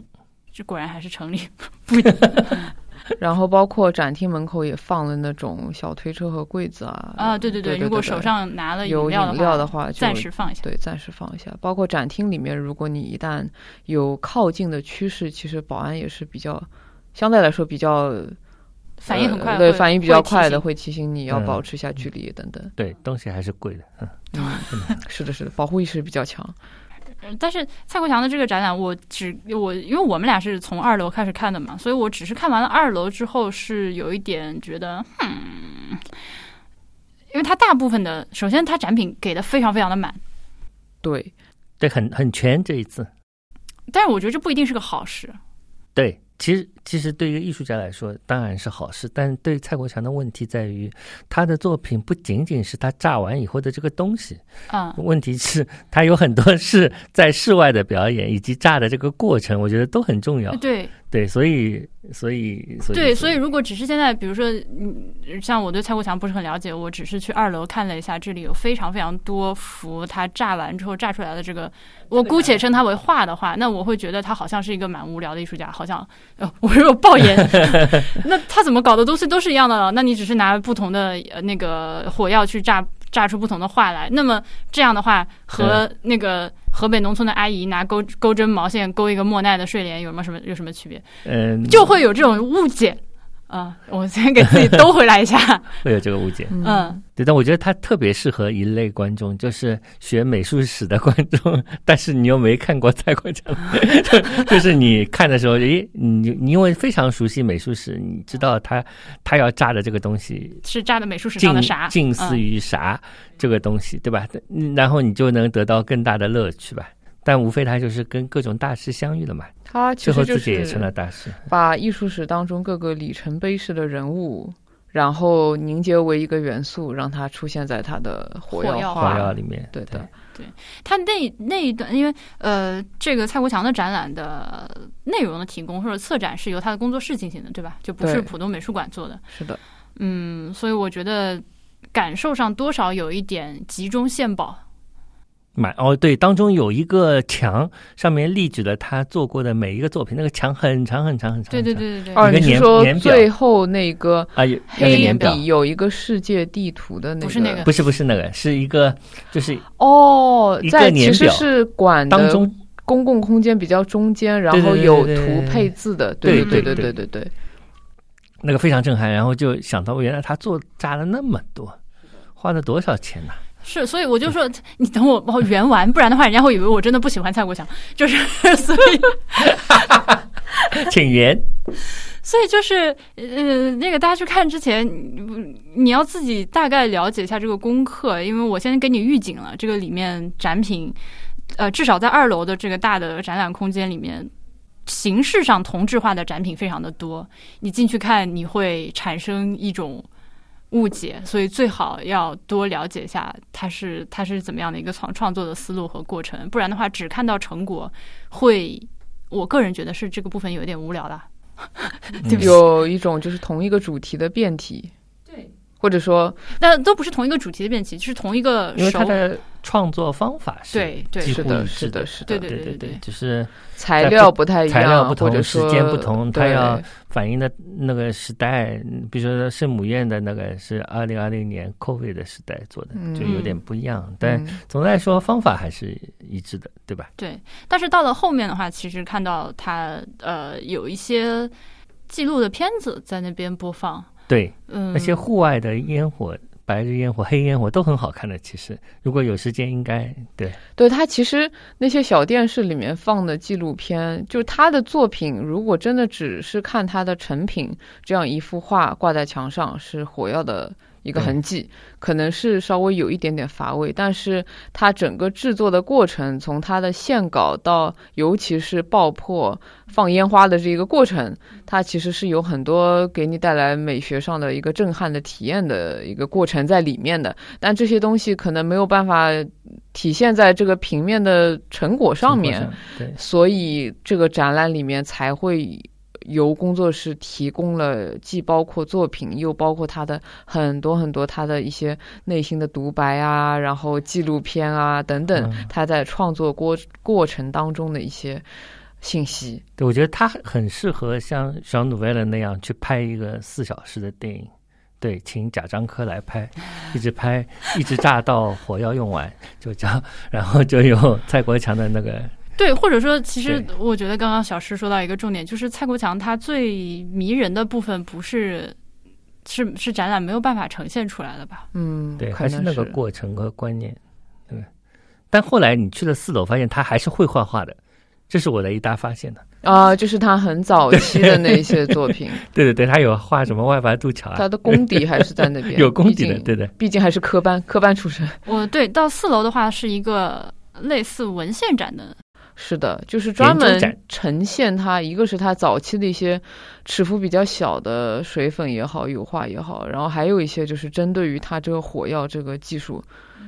这果然还是城里
然后包括展厅门口也放了那种小推车和柜子啊。
啊，对对
对，
如果手上拿了
有
料
饮
话，
料的话，就
暂时放一下。
对，暂时放一下。包括展厅里面，如果你一旦有靠近的趋势，其实保安也是比较，相对来说比较
反应很快
呃
会，
对，反应比较
会提
快的
醒
会提醒你要
嗯
保持一下距离等等。
对，东西还是贵的。嗯，
是的，是的，保护意识比较强。
嗯但是蔡国强的这个展览，我只我因为我们俩是从二楼开始看的嘛，所以我只是看完了二楼之后，是有一点觉得，嗯，因为它大部分的，首先它展品给的非常非常的满，
对，
对，很很全这一次。
但是我觉得这不一定是个好事。
对，其实其实对于艺术家来说当然是好事，但对蔡国强的问题在于，他的作品不仅仅是他炸完以后的这个东西，
嗯，
问题是，它有很多是在室外的表演以及炸的这个过程，我觉得都很重要。
对
对，所以，所以，所以，
对，所以如果只是现在，比如说，嗯，像我对蔡国强不是很了解，我只是去二楼看了一下，这里有非常非常多幅他炸完之后炸出来的这个，我姑且称它为画的话，那我会觉得他好像是一个蛮无聊的艺术家，好像呃，我有爆 言，那他怎么搞的东西都是一样的了？那你只是拿不同的呃那个火药去炸炸出不同的画来，那么这样的话和那个河北农村的阿姨拿钩钩针毛线钩一个莫奈的睡莲有没有什么有什么区别？
嗯，
就会有这种误解啊、我先给自己兜回来一 下，
会有这个误解。
嗯，
对，但我觉得它特别适合一类观众，就是学美术史的观众， 但是你又没看过蔡国强， 就是你看的时候，诶，你你因为非常熟悉美术史，你知道他他要炸的这个东西
是炸的美术史上
近
的啥？
近似
嗯、
于啥、这个东西，对吧？嗯然后你就能得到更大的乐趣吧。但无非他就是跟各种大师相遇了嘛，
他其
最后
实就
自己也成了
是
大师。
把艺术史当中各个里程碑式的人物，然后凝结为一个元素，让它出现在他的火
火药
药
火
画
药里面，
对的，
他那那一段，因为呃，这个蔡国强的展览的呃内容的提供或者策展是由他的工作室进行的，对吧？就不是
对
浦东美术馆做的。
是的，
嗯，所以我觉得感受上多少有一点集中献宝。
买哦，对，当中有一个墙，上面列举了他做过的每一个作品，那个墙很长很长很长。
对对
很长
对对对，
哦，
一个
你是
年
说
年表
最后那个
啊，有那个
黑
年表
笔有一个世界地图的那个？
不是那个
不是不是那个，是一个就是
哦
一，个
在
年
其实
表
是馆
当
的
中
公共空间比较中间，然
对对
后
对
有
对对
图
对
配字的，
对
对
对
对
对
对对。
那哦个非常震撼，然后就想到原来他做炸了那么多，花了多少钱呢、
是，所以我就说你等我我圆完，不然的话人家会以为我真的不喜欢蔡国强，就是 所以
请原
所以就是呃，那个大家去看之前，你你要自己大概了解一下这个功课，因为我先给你预警了，这个里面展品，呃，至少在二楼的这个大的展览空间里面。形式上同质化的展品非常的多，你进去看你会产生一种误解，所以最好要多了解一下它是它是怎么样的一个创创作的思路和过程，不然的话只看到成果会，我个人觉得是这个部分有一点无聊了。对不
嗯
起，
有一种就是同一个主题的变体，
对，
或者说
但都不是同一个主题的变体，是同一个
因为
手
他的创作方法是
对对
几
是
乎
的
一致
是的是
对
的
对
对对
对
对，
就是
材料不太一样，
材料不同
或者说
时间不同它
对
要反映的那个时代，嗯比如说圣母院的那个是二零二零年 COVID 的时代做的，
嗯
就有点不一样，但
嗯
总的来说方法还是一致的，对吧？
对，但是到了后面的话，其实看到他呃有一些记录的片子在那边播放，
对，
嗯，
那些户外的烟火。白日烟火、黑烟火都很好看的，其实如果有时间，应该对
对他其实那些小电视里面放的纪录片，就是他的作品，如果真的只是看他的成品，这样一幅画挂在墙上是火药的一个
对
痕迹，可能是稍微有一点点乏味。但是他整个制作的过程，从他的线稿到尤其是爆破、放烟花的这一个过程，它其实是有很多给你带来美学上的一个震撼的体验的一个过程在里面的。但这些东西可能没有办法体现在这个平面的成果上面，
对
所以这个展览里面才会由工作室提供了既包括作品，又包括他的很多很多他的一些内心的独白啊，然后纪录片啊等等
嗯，
他在创作过过程当中的一些信息。
对，我觉得他很适合像小努维勒那样去拍一个四小时的电影。对，请贾樟柯来拍，一直拍，一直炸到火药用完，就这样，然后就有蔡国强的那个，
对，或者说，其实
对
我觉得刚刚小诗说到一个重点，就是蔡国强他最迷人的部分不是。是是展览没有办法呈现出来的吧？
嗯，
对，
可
还
能
是那个过程和观念，对吧。但后来你去了四楼，发现他还是会画画的，这是我的一大发现呢。
啊、就是他很早期的那些作品，
对对对，他有画什么外白渡桥
他
啊，
的功底还是在那 边，
有功底
毕
的，
竟
对的，
毕竟还是科班，科班出身。
我对到四楼的话是一个类似文献展的，
是的，就是专
研究展
门呈现他，一个是他早期的一些尺幅比较小的水粉也好，油画也好，然后还有一些就是针对于他这个火药这个技术、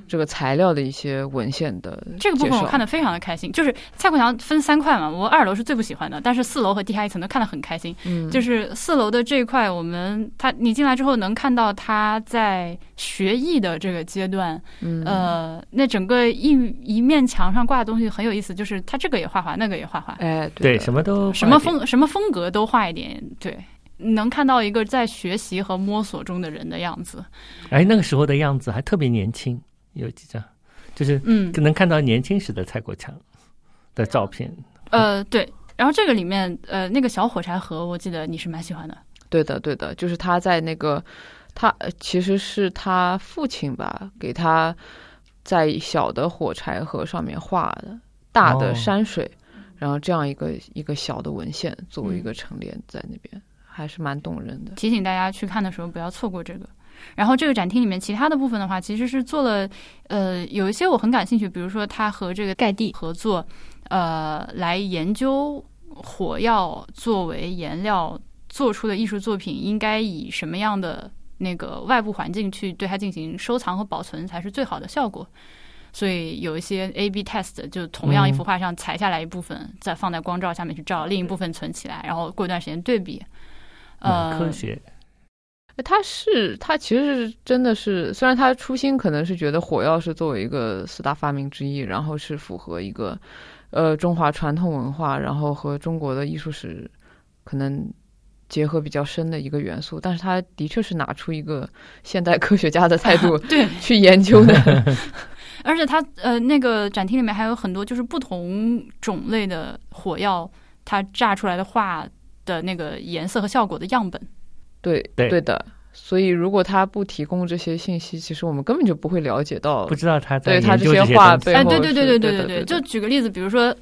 这个材料的一些文献的
这个部分
介
我
绍
看的非常的开心。就是蔡国强分三块嘛，我二楼是最不喜欢的，但是四楼和地下一层都看得很开心。
嗯，
就是四楼的这一块，我们他你进来之后能看到他在学艺的这个阶段，
嗯
呃，那整个一一面墙上挂的东西很有意思，就是他这个也画画，那个也画画，
哎，
对，
的
什么都
什
画
么
一点
风什么风格都画一点，对，能看到一个在学习和摸索中的人的样子，
哎，那个时候的样子还特别年轻，有几张，就是
嗯，
能看到年轻时的蔡国强的
啊
照片。
呃，对。然后这个里面，呃，那个小火柴盒，我记得你是蛮喜欢的，
对的，对的，就是他在那个，他呃其实是他父亲吧，给他在小的火柴盒上面画的大
哦
的山水，然后这样一个一个小的文献作为一
嗯
个陈列在那边，还是蛮动人的。
提醒大家去看的时候不要错过这个。然后这个展厅里面其他的部分的话，其实是做了呃有一些我很感兴趣，比如说他和这个盖蒂合作，呃，来研究火药作为颜料做出的艺术作品应该以什么样的那个外部环境去对它进行收藏和保存才是最好的效果。所以有一些 A/B test，就同样一幅画上裁下来一部分，再放在光照下面去照，另一部分存起来，然后过一段时间对比。
蛮嗯
呃，
嗯
科学，
他是他其实是真的是，虽然他初心可能是觉得火药是作为一个四大发明之一，然后是符合一个呃中华传统文化，然后和中国的艺术史可能结合比较深的一个元素，但是他的确是拿出一个现代科学家的态度
对，
去研究的。
而且它呃，那个展厅里面还有很多就是不同种类的火药，它炸出来的画的那个颜色和效果的样本。
对
对
的，所以如果他不提供这些信息，其实我们根本就不会了解到
不知道他在
对他
研究
些
这些
画
东西
背
哎，
后
对
是。
对对
对对
对对，就举个例子，比如说，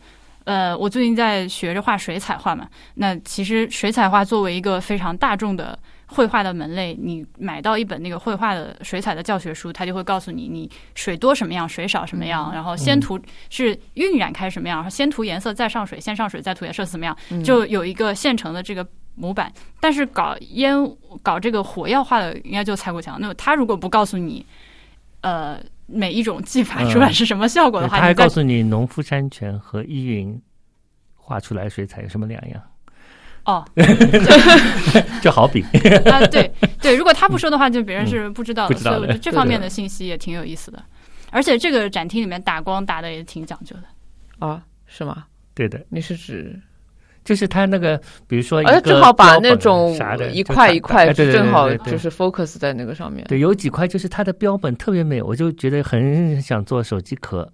呃，我最近在学着画水彩画嘛，那其实水彩画作为一个非常大众的绘画的门类，你买到一本那个绘画的水彩的教学书，它就会告诉你你水多什么样，水少什么样，然后先涂是晕染开什么样，然后先涂颜色再上水，先上水再涂颜色怎么样，
嗯
就有一个现成的这个。模板，但是搞烟搞这个火药画的应该就蔡国强。那么他如果不告诉你，呃，每一种技法出来
嗯
是什么效果
对
的话，
他还
你再
告诉你农夫山泉和依云画出来水彩有什么两样，
哦，
就好比
啊，对对，如果他不说的话，就别人是不知道
不
的，
知道
所
的
以我觉得这
对
方
对
面的信息也挺有意思的。而且这个展厅里面打光打的也挺讲究的，
啊，是吗？
对的，
你是指
就是他那个，比如说一
而
个
且哎正好把
标本啊
那种
啥的
一
就
块
打
一块，
哎对对对
正好
对对
就是 focus 在那个上面。
对，有几块就是它的标本特别美，我就觉得很想做手机壳，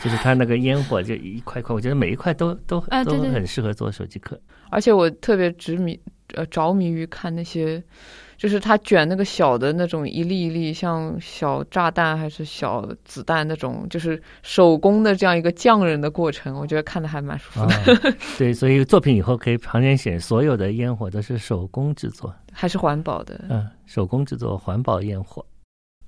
就是它那个烟火就一块块，我觉得每一块都都
啊对
都
对
很适合做手机 壳。
而且我特别执迷呃着迷于看那些，就是他卷那个小的那种一粒一粒像小炸弹还是小子弹那种，就是手工的这样一个匠人的过程，我觉得看的还蛮舒服
啊
的。，
对，所以作品以后可以旁边写，所有的烟火都是手工制作，
还是环保的。
嗯，手工制作环保烟火，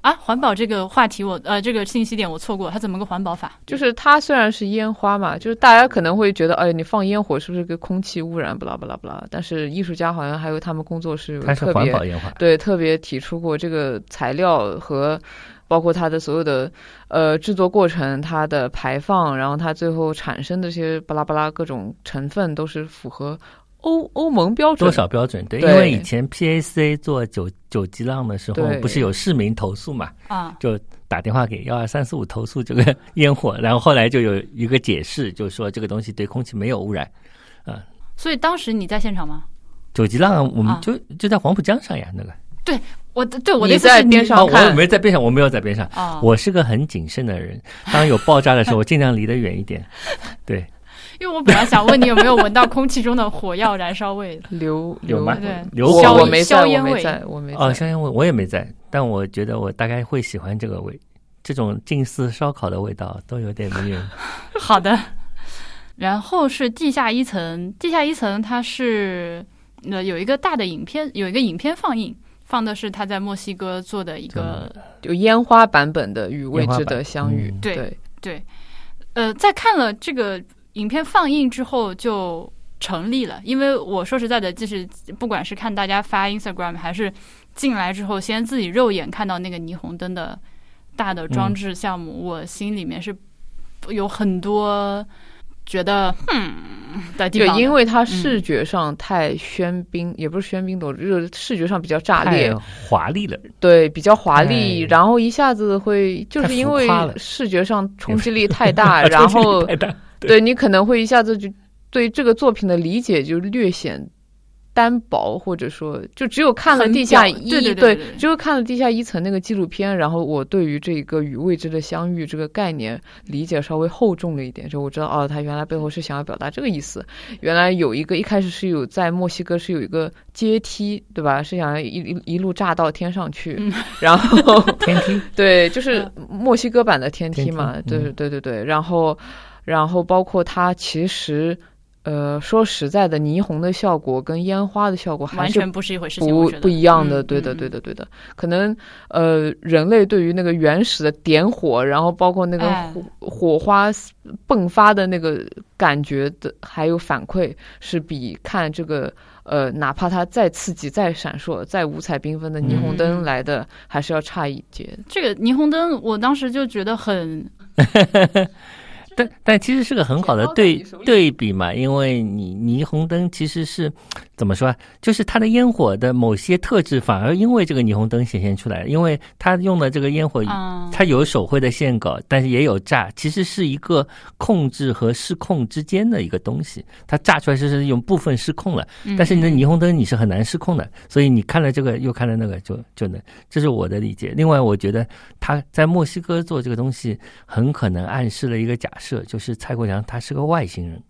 啊，环保这个话题我呃这个信息点我错过，它怎么个环保法？
就是它虽然是烟花嘛，就是大家可能会觉得，哎，你放烟火是不是跟空气污染？不啦不啦不啦。但是艺术家好像还有他们工作室有
它是
特
环
别
保烟花。
对，特别提出过这个材料和包括它的所有的呃制作过程、它的排放，然后它最后产生的这些巴拉巴拉各种成分都是符合欧欧盟标准。
多少标准？对，因
对
为以前 PAC 做九九级浪的时候，
对
不是有市民投诉嘛，
啊，
就打电话给幺二三四五 投诉这个烟火，然后后来就有一个解释，就说这个东西对空气没有污染。
所以当时你在现场吗？
九级浪我
啊
们就、就在黄浦江上呀，那个
我的对我的
你
意思
在
是你
边上
哦，
看，
我没在边上，我没有在边上。
啊，
我是个很谨慎的人，当有爆炸的时候，我 尽量离得远一点。对，
因为我本来想问你有没有闻到空气中的火药燃烧味
流
有
流
吗
对
流
我
火
我
味
没
硝
在，我
烟
没
味
在，我没在。
哦，香烟味我也没在，但我觉得我大概会喜欢这个味，这种近似烧烤的味道都有点 迷人。
好的，然后是地下一层，地下一层它是呃有一个大的影片，有一个影片放映，放的是他在墨西哥做的一个
有烟花版本的与未
烟花
知
版
的相遇
嗯，
对
对，
对，呃，在看了这个影片放映之后就成立了，因为我说实在的，就是不管是看大家发 Instagram，还是进来之后先自己肉眼看到那个霓虹灯的大的
嗯
装置项目，我心里面是有很多觉得嗯的地
对
方，的，
因为它视觉上太喧宾，也不是喧宾夺主，就是视觉上比较炸裂
太，华丽了，
对，比较华丽，
哎
然后一下子会就是因为
太浮夸了
视觉上冲击力 太大，
啊
然
冲击力
后
太 大对
对你可能会一下子就对这个作品的理解就略显单薄，或者说就只有看了
很
地下
表
一
对对对对对
只有看了地下一层那个纪录片，然后我对于这个与未知的相遇这个概念理解稍微厚重了一点，就我知道哦，他原来背后是想要表达这个意思。原来有一个一开始是有在墨西哥是有一个阶梯，对吧？ 是想要一一一路炸到天上去，
嗯
然后
天梯
对，就是墨西哥版的天
天
梯
梯
嘛，对
嗯
对对对。然后，然后包括它其实，呃，说实在的，霓虹的效果跟烟花的效果还
完
是
全不是一回事情，
不
我觉得
不一样的。
嗯
对的，
嗯
对的，对的。可能呃，人类对于那个原始的点火，然后包括那个
哎
火火花迸发的那个感觉的，还有反馈，是比看这个。呃，哪怕它再刺激、再闪烁、再五彩缤纷的霓虹
嗯
灯来的，还是要差一截的。
这个霓虹灯，我当时就觉得很
但但其实是个很好的
钱包在
对
你手里
对比嘛，因为你霓虹灯其实是怎么说啊？就是它的烟火的某些特质，反而因为这个霓虹灯显现出来，因为它用的这个烟火，
啊，
它有手绘的线稿，但是也有炸，其实是一个控制和失控之间的一个东西。它炸出来是是有部分失控了，
嗯
但是你的霓虹灯你是很难失控的，所以你看了这个又看了那个就就能，这是我的理解。另外，我觉得他在墨西哥做这个东西，很可能暗示了一个假设，就是蔡国强他是个外星人，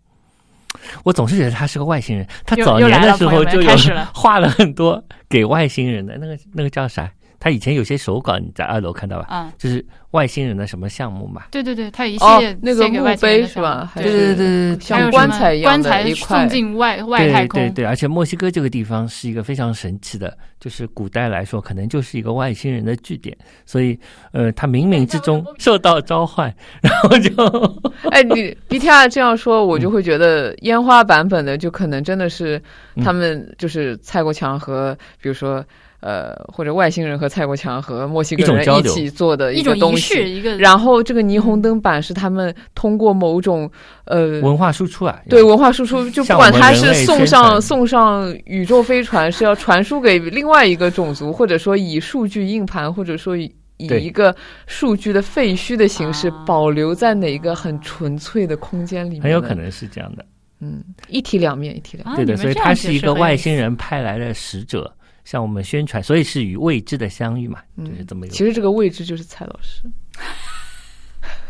我总是觉得他是个外星人。他
又
早
又
年
来
的
了
时
朋
候
友们
就有
开始了
画了很多给外星人的那个那个叫啥？他以前有些手稿你在二楼看到吧？
啊，
就是外星人的什么项目嘛？
对对对，它有一系
哦
列，
那个
献给
墓
外星人
碑
的
是
项目
吧？还
对
对
是
对对对
还有
像
什么
棺材一样
棺
的
材
一块
送，进外外
对
太
对
空，
对，而且墨西哥这个地方是一个非常神奇的，就是古代来说可能就是一个外星人的据点，所以呃，他冥冥之中受到召唤， 然后就
哎，你 BTR 这样说，我就会觉得烟花版本的就可能真的是
嗯
他们就是蔡国强和比如说呃或者外星人和蔡国强和墨西
一
哥
种
人
交
一
流
起做的
一
个
种
东
仪
西
式，。一个
然后这个霓虹灯版是他们通过某种呃
文化输出啊，
对文化输出，就不管
向我
他
们人
是
类
送
宣
上
传
送上宇宙飞船，是要传输给另外一个种族，或者说以数据硬盘，或者说以。以
对
一个数据的废墟的形式
啊
保留在哪一个很纯粹的空间里面，
很有可，能是这样的。
嗯，一体两面，一体两面。
啊
对的，
你们
所以
这样
他
解
是一
释
个
很有
外
意思
星人派来的使者，向我们宣传，所以是与未知的相遇嘛，
嗯
就是这么一
其
个。
实这个位置就是蔡老师，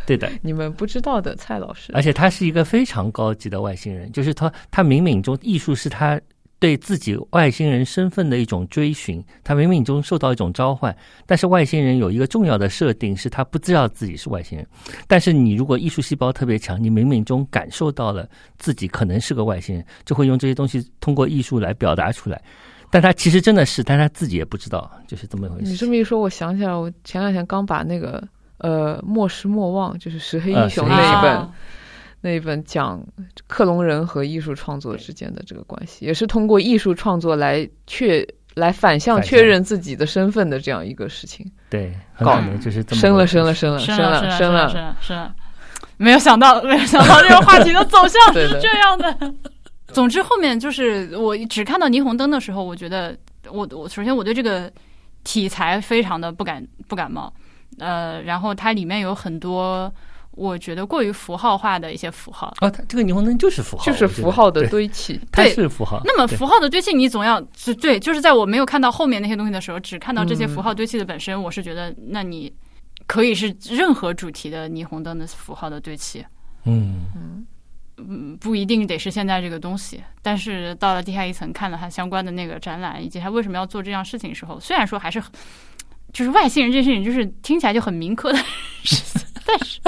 对的，
你们不知道的蔡老师
而。且他是一个非常高级的外星人，就是他他冥冥中艺术是他对自己外星人身份的一种追寻，他冥冥中受到一种召唤。但是外星人有一个重要的设定是他不知道自己是外星人，但是你如果艺术细胞特别强，你冥冥中感受到了自己可能是个外星人，就会用这些东西通过艺术来表达出来。但他其实真的是，但他自己也不知道，就是这么一回
你
事。
这么一说，我想起来，我前两天刚把那个呃《莫失莫忘》，就是石黑
呃
英雄
石黑
那一本，
啊
那一本讲克隆人和艺术创作之间的这个关系，也是通过艺术创作来确来反向
反向
确认自己的身份的这样一个事情。
对，很可
搞
能就是这么
生
回
了，
事
生了，嗯生
生
了，
了
了，生
生了生了生了，啊没有想到没有想到这个话题的走向
对
是
的
这样的。 总之后面就是我只看到霓虹灯的时候，我觉得我我首先我对这个题材非常的不感不感冒，呃，然后它里面有很多我觉得过于符号化的一些符号。
啊，它这个霓虹灯就是符号，
就是
我觉得
符号的
对
堆砌。
它
对
是符号。
那么
啊对
符号的堆砌，你总要就对，就是在我没有看到后面那些东西的时候，只看到这些符号堆砌的本身，我是觉得，那你可以是任何主题的霓虹灯的符号的堆砌，
嗯，
嗯，不一定得是现在这个东西。但是到了地下一层，看了它相关的那个展览，以及它为什么要做这样事情的时候，虽然说还是很就是外星人这件事情，就是听起来就很民科的事情，但是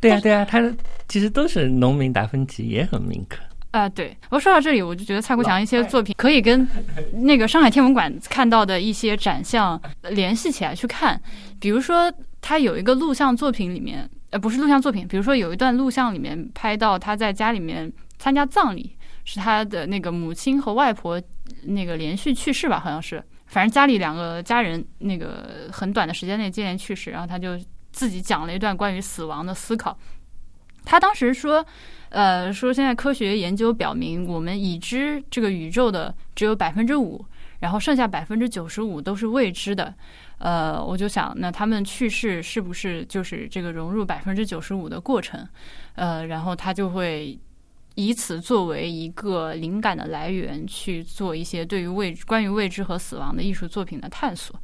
对啊呀、对呀、它其实都是农民达芬奇，也很民科。
啊、对我说到这里，我就觉得蔡国强一些作品可以跟那个上海天文馆看到的一些展项联系起来去看，比如说他有一个录像作品里面，呃，不是录像作品，比如说有一段录像里面拍到他在家里面参加葬礼，是他的那个母亲和外婆那个连续去世吧，好像是，反正家里两个家人那个很短的时间内接连去世，然后他就自己讲了一段关于死亡的思考。他当时说，呃，说现在科学研究表明，我们已知这个宇宙的只有百分之五，然后剩下百分之九十五都是未知的。呃，我就想，那他们去世是不是就是这个融入百分之九十五的过程？呃，然后他就会以此作为一个灵感的来源，去做一些对于未关于未知和死亡的艺术作品的探索。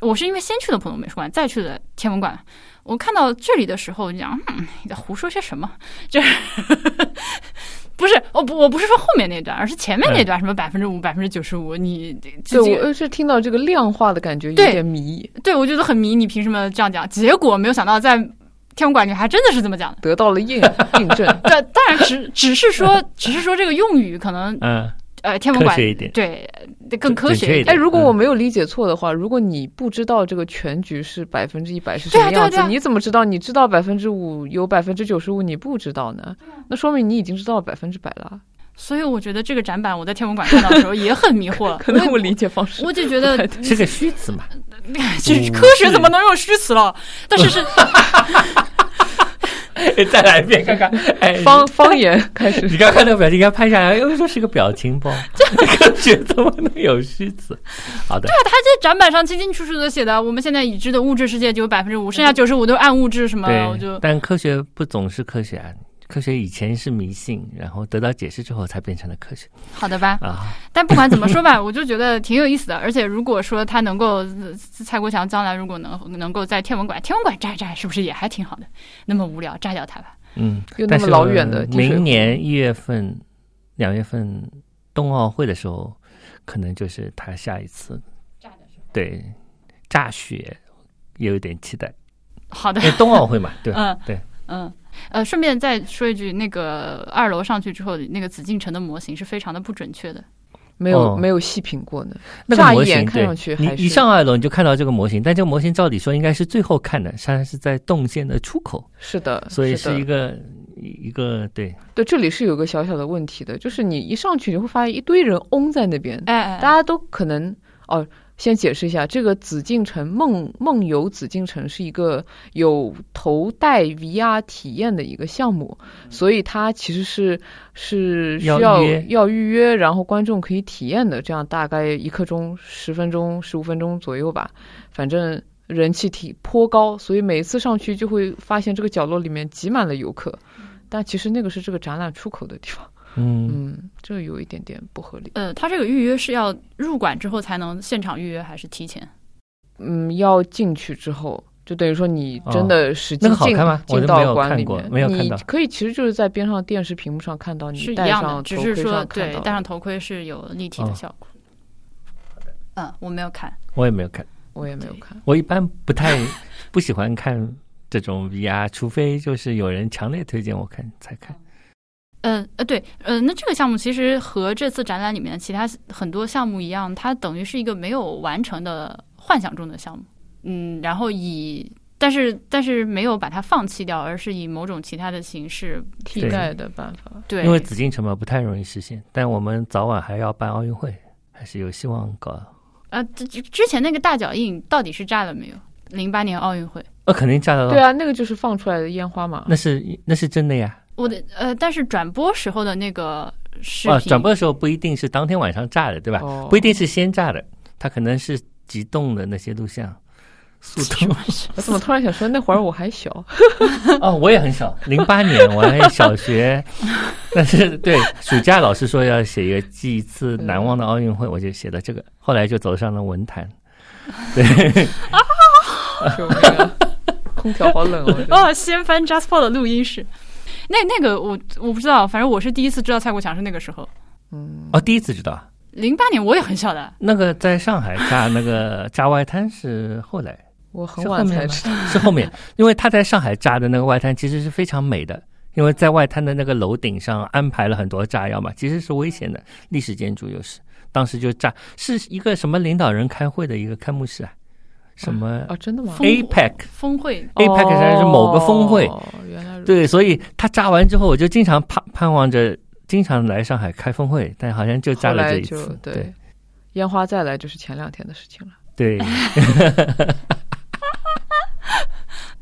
我是因为先去的浦东美术馆，再去的天文馆。我看到这里的时候，我就想，嗯，你在胡说些什么？ 就是不是？我不，我不是说后面那段，而是前面那段，什么百分之五、百分之九十五，你
哎对，
这这
我是听到这个量化的感觉有
对
点迷，
对，我觉得很迷，你凭什么这样讲？结果没有想到，在天文馆里还真的是这么讲的。
得到 了印印证。
对， 当然只只 是说，只是说这个用语可能
嗯，
呃，天文
科
馆
学一点。
对呃更科
准确
学
一点
一点。
哎，如果我
嗯
没有理解错的话，如果你不知道这个全局是百分之一百是什
对啊
么
对啊
样子，
对啊
你怎么知道？你知道百分之五，有百分之九十五你不知道呢？那说明你已经知道百分之百了。
所以我觉得这个展板我在天文馆看到的时候也很迷 惑，
可能我理解方式
我就觉得
是个虚词嘛？
这
嗯
科学怎么能用虚词了？但是是
再来一遍看看。 哎，
方方言开始
你刚看那个表情，应该拍下来，又说是个表情包。 科学怎么能有虚词？好的，
它在展板上清清楚楚的写的，我们现在已知的物质世界只有百分之五，
嗯
剩下九十五都是暗物质什么，我就
但科学不总是科学啊。科学以前是迷信，然后得到解释之后才变成了科学
好的吧。
啊。
但不管怎么说吧，我 就觉得挺有意思的。而且如果说他能够，呃蔡国强将来如果能能够在天文馆，天文馆炸一炸是不是也还挺好的？那么无聊，炸掉它吧。
嗯，
又那
但
么
是
老远的滴水湖
明年一月份、两月份冬奥会的时候，可能就是他下一次对炸雪也有点期待，
好的
因，为冬奥会嘛，对吧？
啊
嗯，
对，
嗯。呃，顺便再说一句，那个二楼上去之后，那个紫禁城的模型是非常的不准确的。
没有、
哦
没有细品过呢。
那个
乍
模
一眼
型，
看上去
对，
还
你一
是
上二楼你就看到这个模型，但这个模型照理说应该是最后看的，它是在动线的出口，
是的，
所以
是的
是一个一个对，
对，这里是有个小小的问题的，就是你一上去你会发现一堆人嗡在那边，
哎
大
哎，
家都可能哦。先解释一下，这个紫禁城梦梦游紫禁城是一个有头戴 VR 体验的一个项目，所以它其实是是需
要
要
预约
要预约，然后观众可以体验的，这样大概一刻钟、十分钟、十五分钟左右吧，反正人气挺颇高，所以每一次上去就会发现这个角落里面挤满了游客，但其实那个是这个展览出口的地方，
嗯，
嗯，这有一点点不合理。
呃，他这个预约是要入馆之后才能现场预约，还是提前？
嗯，要进去之后，就等于说你真的实际
哦那个好
进、
看吗我
进
都没有
到馆
看
里
过
面，
没有看
你
到
可以其实就是在边上电视屏幕上看到，
是
你
一
戴
样的，
上
只
头
是
盔
说
上看
对
到的。
戴上头盔是有立体的
哦
效果。嗯，我没有看。
我也没有看，
我也没有看，
我一般不太 不喜欢看这种 VR，除非就是有人强烈推荐我看才看。
呃呃，对，呃，那这个项目其实和这次展览里面其他很多项目一样，它等于是一个没有完成的幻想中的项目。嗯，然后以但是但是没有把它放弃掉，而是以某种其他的形式
替
对
代的办法。
对，
因为紫禁城嘛不太容易实现，但我们早晚还要办奥运会，还是有希望搞。
呃，之之之前那个大脚印到底是炸了没有？零八年奥运会，
呃，肯定炸得到，
对啊，那个就是放出来的烟花嘛。
那是那是真的呀。
我的呃，但是转播时候的那个视频，
啊，转播的时候不一定是当天晚上炸的，对吧？
哦
不一定是先炸的，它可能是急冻的那些录像。速冻
我怎么突然想说那会儿我 还小？
哦，我也很小，零八年我还小学，但是对暑假老师说要写一个记一次难忘的奥运会，我就写了这个，后来就走上了文坛。
救命啊！ 空调好冷哦真的。
哦，掀翻 Just For 的录音室。那那个我我不知道，反正我是第一次知道蔡国强是那个时候，
嗯
哦，第一次知道啊，
零八年我也很小的，
那个在上海炸那个炸外滩是后来。
我很
是后
晚
面吗
才知道，
是后面，因为他在上海炸的那个外滩其实是非常美的，因为在外滩的那个楼顶上安排了很多炸药嘛，其实是危险的，历史建筑又是，当时就炸，是一个什么领导人开会的一个开幕式啊，什么
哦，真的吗
风
APEC。
峰会
APEC 实在是某个峰会
哦，原来如此。
对，所以他炸完之后，我就经常盼盼望着，经常来上海开峰会，但好像就炸
后
了
来
这一
就
次。
对，烟花再来就是前两天的事情了。
对，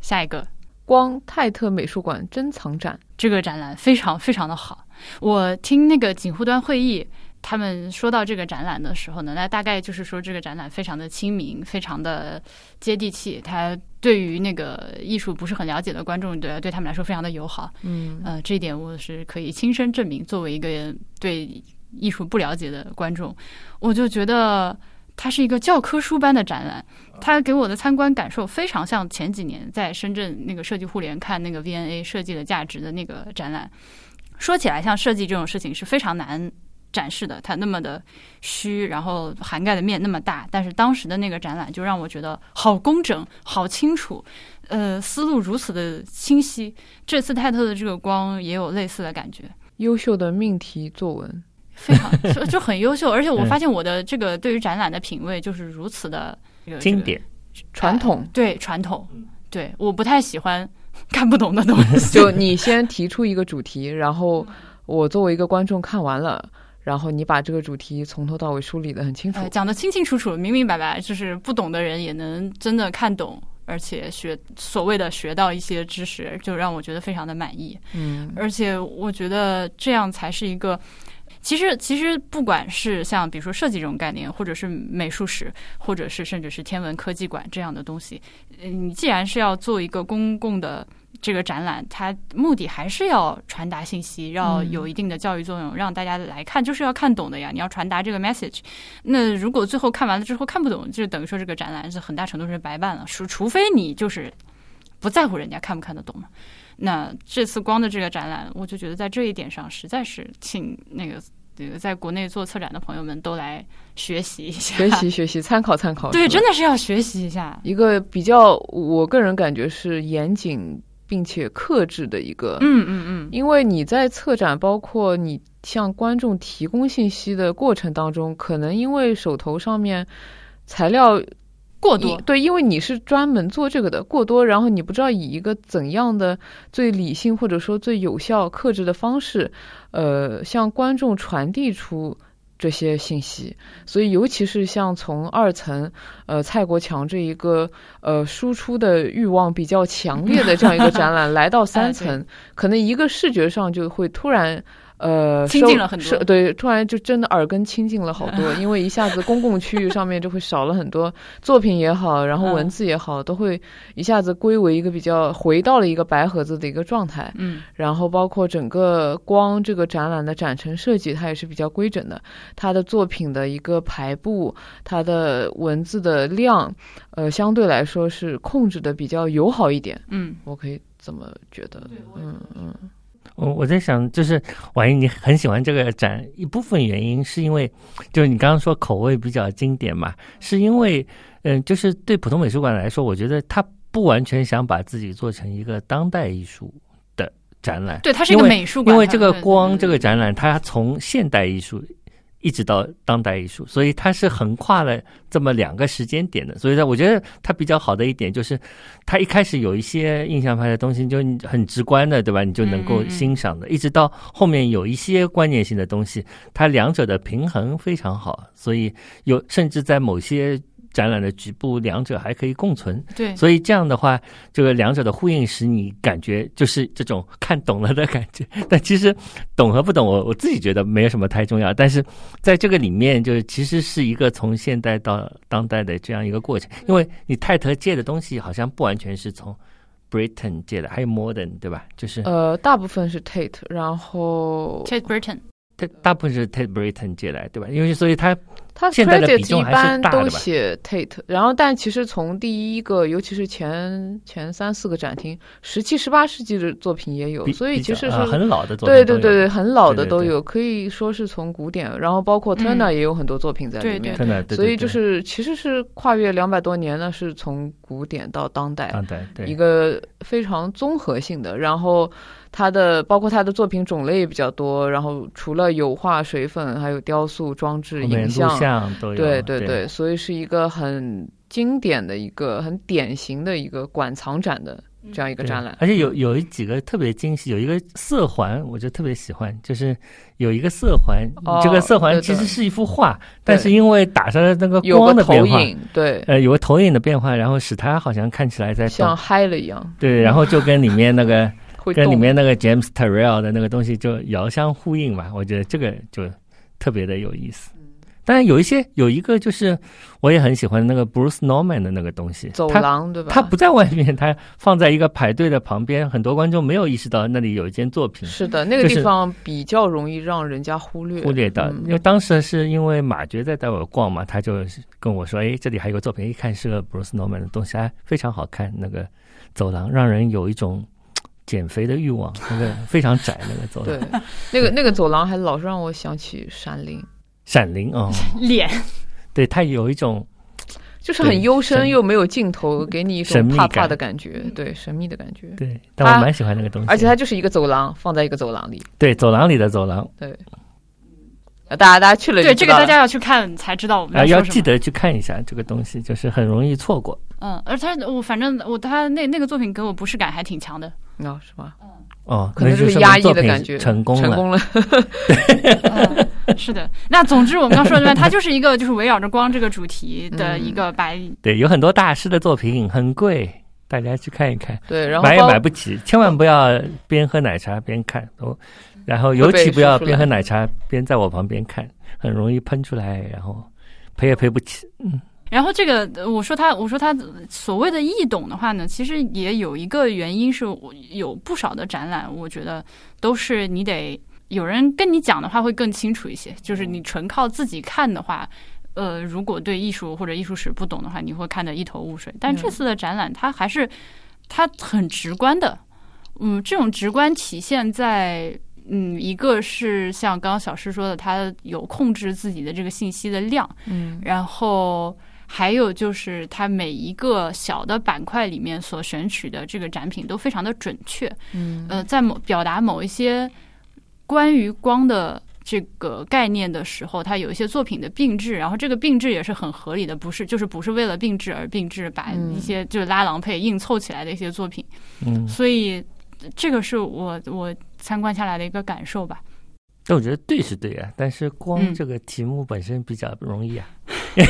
下一个
光泰特美术馆珍藏展，
这个展览非常非常的好。我听那个警护端会议他们说到这个展览的时候呢，那大概就是说这个展览非常的亲民，非常的接地气。它对于那个艺术不是很了解的观众，对对他们来说非常的友好。
嗯，
呃，这一点我是可以亲身证明。作为一个对艺术不了解的观众，我就觉得它是一个教科书般的展览。它给我的参观感受非常像前几年在深圳那个设计互联看那个 VNA 设计的价值的那个展览。说起来，像设计这种事情是非常难展示的，它那么的虚，然后涵盖的面那么大。但是当时的那个展览就让我觉得好工整、好清楚，呃，思路如此的清晰。这次泰特的这个光也有类似的感觉，
优秀的命题作文，
非常就就很优秀。而且我发现我的这个对于展览的品味就是如此的这个
经，典。
传 统。
这个对传统，对我不太喜欢 看不懂的东西。
就你先提出一个主题，然后
嗯
我作为一个观众看完了，然后你把这个主题从头到尾梳理的很清楚
呃，。讲得清清楚楚、明明白白，就是不懂的人也能真的看懂，而且学所谓的学到一些知识，就让我觉得非常的满意。
嗯，
而且我觉得这样才是一个。其实，其实不管是像比如说设计这种概念，或者是美术史，或者是甚至是天文科技馆这样的东西，呃你既然是要做一个公共的这个展览，它目的还是要传达信息，要有一定的教育作用，让大家来看，就是要看懂的呀。你要传达这个 message。那如果最后看完了之后看不懂，就等于说这个展览是很大程度是白办了，除除非你就是不在乎人家看不看得懂嘛。那这次光的这个展览，我就觉得在这一点上，实在是请那个那个在国内做策展的朋友们都来学习一下，
学习学习，参考参考。
对，
是吧
真的是要学习一下。
一个比较，我个人感觉是严谨并且克制的一个，
嗯嗯嗯，
因为你在策展，包括你向观众提供信息的过程当中，可能因为手头上面材料
过多
因，对，因为你是专门做这个的，过多，然后你不知道以一个怎样的最理性或者说最有效克制的方式，呃，向观众传递出这些信息。所以，尤其是像从二层，呃，蔡国强这一个呃输出的欲望比较强烈的这样一个展览，
啊
来到三层，可能一个视觉上就会突然。呃，
亲
收
近了很多
收对，突然就真的耳根清净了好 多，因为一下子公共区域上面就会少了很多作品也好，然后文字也好，都会一下子归为一个比较回到了一个白盒子的一个状态。
嗯
然后包括整个光这个展览的展陈设计，它也是比较规整的。它的作品的一个排布，它的文字的量，呃，相对来说是控制的比较友好一点。
嗯，
我可以这么觉得，嗯嗯，
我我在想，就是婉莹，你很喜欢这个展，一部分原因是因为，就是你刚刚说口味比较经典嘛，是因为，嗯、就是对普通美术馆来说，我觉得他不完全想把自己做成一个当代艺术的展览，
对，它是一
因
个
为
美术馆，
因为这个
它
光这个展览，它从现代艺术一直到当代艺术，所以它是横跨了这么两个时间点的。所以呢，我觉得它比较好的一点就是，它一开始有一些印象派的东西，就你很直观的，对吧？你就能够
嗯嗯嗯
欣赏的，一直到后面有一些关键性的东西，它两者的平衡非常好，所以有甚至在某些。展览的局部，两者还可以共存，
对，
所以这样的话，这个两者的呼应使你感觉就是这种看懂了的感觉。但其实懂和不懂，我我自己觉得没有什么太重要。但是在这个里面，就是其实是一个从现代到当代的这样一个过程，因为你泰特借的东西好像不完全是从 Britain 借的，还有 Modern 对吧？就是
呃，大部分是 Tate，然后
Tate Britain，
它大部分是 Tate Britain 借来对吧？因为所以它
它
现在的比
credit
重
一
还是
般
大的吧
都写 Tate，然后但其实从第一个，尤其是前前三四个展厅，十七、十八世纪的作品也有，
比
哦所以
比
其
较
实是、
呃很老的作品
对对
都
对
有
对，很老
对
的
对
都
对
有，可以说是从古典，然后包括 Turner
嗯
也有很多作品在里
对
面，
对
真的，对对
所以就
对
是其实是跨越两百多年呢，是从古典到当代，
当代啊对
一个非常综合性的，然后他的包括他的作品种类也比较多，然后除了油画、水粉，还有雕塑、装置、
后面
影
录
像，
像都有
对
对
对对，所以是一个很经典的一个很典型的一个馆藏展的
嗯
这样一个
对
展览。嗯
而且有有一几个特别精细，有一个色环，我就特别喜欢，就是有一个色环，
哦
这个色环
对
其
对
实是一幅画，但是因为打上了那个
有
光
个
的
投
变化，
影，对，
呃，有个投影的变化，然后使它好像看起来在
像
动，
嗨了一样，
对，然后就跟里面那个
会
跟
动
里面那个 James Terrell 的那个东西就遥相呼应吧，我觉得这个就特别的有意思。
嗯
当然有一些有一个就是我也很喜欢那个 Bruce Norman 的那个东西，
走
它
廊，对吧？
它不在外面，它放在一个排队的旁边，很多观众没有意识到那里有一件作品
是的，那个
就是
地方比较容易让人家忽略
忽略到。
嗯
因为当时是因为马爵在带我逛嘛，他就跟我说：“哎，这里还有个作品，一看是个 Bruce Norman 的东西，哎，非常好看。那个走廊让人有一种嘖减肥的欲望，那个非常窄，那个走
对
廊。，
那个那个走廊还老是让我想起《闪灵
闪灵 哦，
脸
对，它有一种》，
就是很
对
幽深
神
又没有尽头，给你一
神
种
秘
怕怕
感
的感觉，
嗯
对，神秘的感觉。
对，但我
它
蛮喜欢那个东西。
而且它就是一个走廊，放在一个走廊里，
对走廊里的走廊，
对。呃大家大家去了就
对这
知
个
道
大
了
家要去看才知道我们
啊，
说
要
什么
记得去看一下这个东西，就是很容易错过。
嗯，而他我反正我他那那个作品给我不适感还挺强的，
啊、是吧？
哦，
可能
那就
就是
说
压
明
抑
作
的
品
感觉，
成功
成
了。
功了。
嗯，是的。那总之我们刚说的嘛，它就是一个就是围绕着光这个主题的
嗯
一个白，
对，有很多大师的作品很贵，大家去看一看，
对，然后
买也
包
买不起，千万不要边喝奶茶边看哦。然后尤
会被
其不要
说出来
边喝奶茶边在我旁边看，很容易喷出来，然后赔也赔不起。嗯
然后这个呃我说它我说它所谓的易懂的话呢，其实也有一个原因是我有不少的展览，我觉得都是你得有人跟你讲的话会更清楚一些，就是你纯靠自己看的话。呃，如果对艺术或者艺术史不懂的话，你会看得一头雾水。但
嗯
这次的展览，它还是它很直观的。嗯，这种直观体现在嗯，一个是像刚刚小诗说的，他有控制自己的这个信息的量，
嗯
然后还有就是它每一个小的板块里面所选取的这个展品都非常的准确。
嗯
呃，在某表达某一些关于光的这个概念的时候，它有一些作品的并置，然后这个并置也是很合理的，不是就是不是为了并置而并置，把
嗯
一些就是拉郎配硬凑起来的一些作品，
嗯，
所以呃这个是我我参观下来的一个感受吧。
但我觉得对是对啊，但是光
嗯
这个题目本身比较容易啊，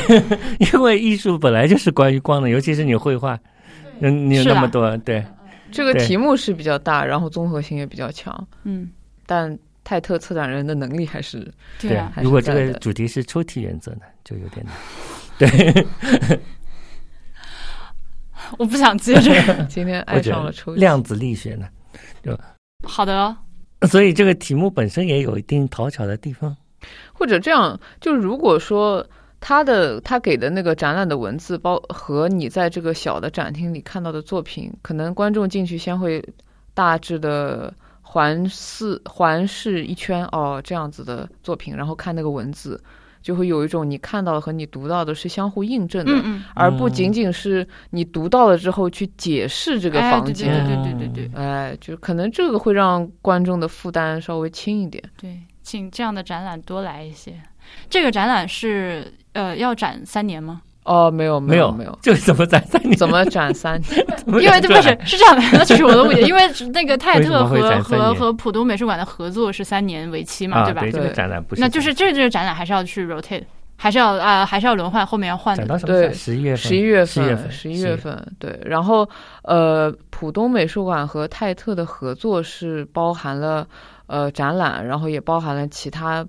因为艺术本来就是关于光的，尤其是你绘画，嗯，你有
是
那么
啊
啦
多，对，
这个
对
题目是比较大，然后综合性也比较强，
嗯，
但泰特策展人的能力还是
对啊，
还是
如果这
在
个
的
主题是抽屉原则呢，就有点难。对，
我不想接着。
今天
嗯或
爱上
者
了抽象。
量子力学呢，
好的哦，
所以这个题目本身也有一定讨巧的地方。
或者这样，就是如果说他的他给的那个展览的文字包和你在这个小的展厅里看到的作品，可能观众进去先会大致的环视环视一圈哦，这样子的作品，然后看那个文字，就会有一种你看到和你读到的是相互印证的。
嗯嗯，
而不仅仅是你读到了之后去解释这个
哎
房
对对
间，
对
嗯
对对对对。
哎，就可能这个会让观众的负担稍微轻一点。
对，请这样的展览多来一些。这个展览是呃要展三年吗？
哦，没有没
没有
没有，
这个怎么展在你
怎么展三？
怎么
因为
展出
这不
来
是是这样的，那只是我的误 解。因为那个泰
为什么
特
会
和
展三
和
年
和浦东美术馆的合作是三年为期嘛，
啊？
对吧？
对，这个
对
展览不是
那就是这这个展览还是要去 rotate，还是要啊、还是要轮换，后面要换
展
的。
到什么时候？
嗯对
十一月份，
十一月
11月份
份，十一月份，对。然后，呃，浦东美术馆和泰特的合作是包含了呃展览，然后也包含了其他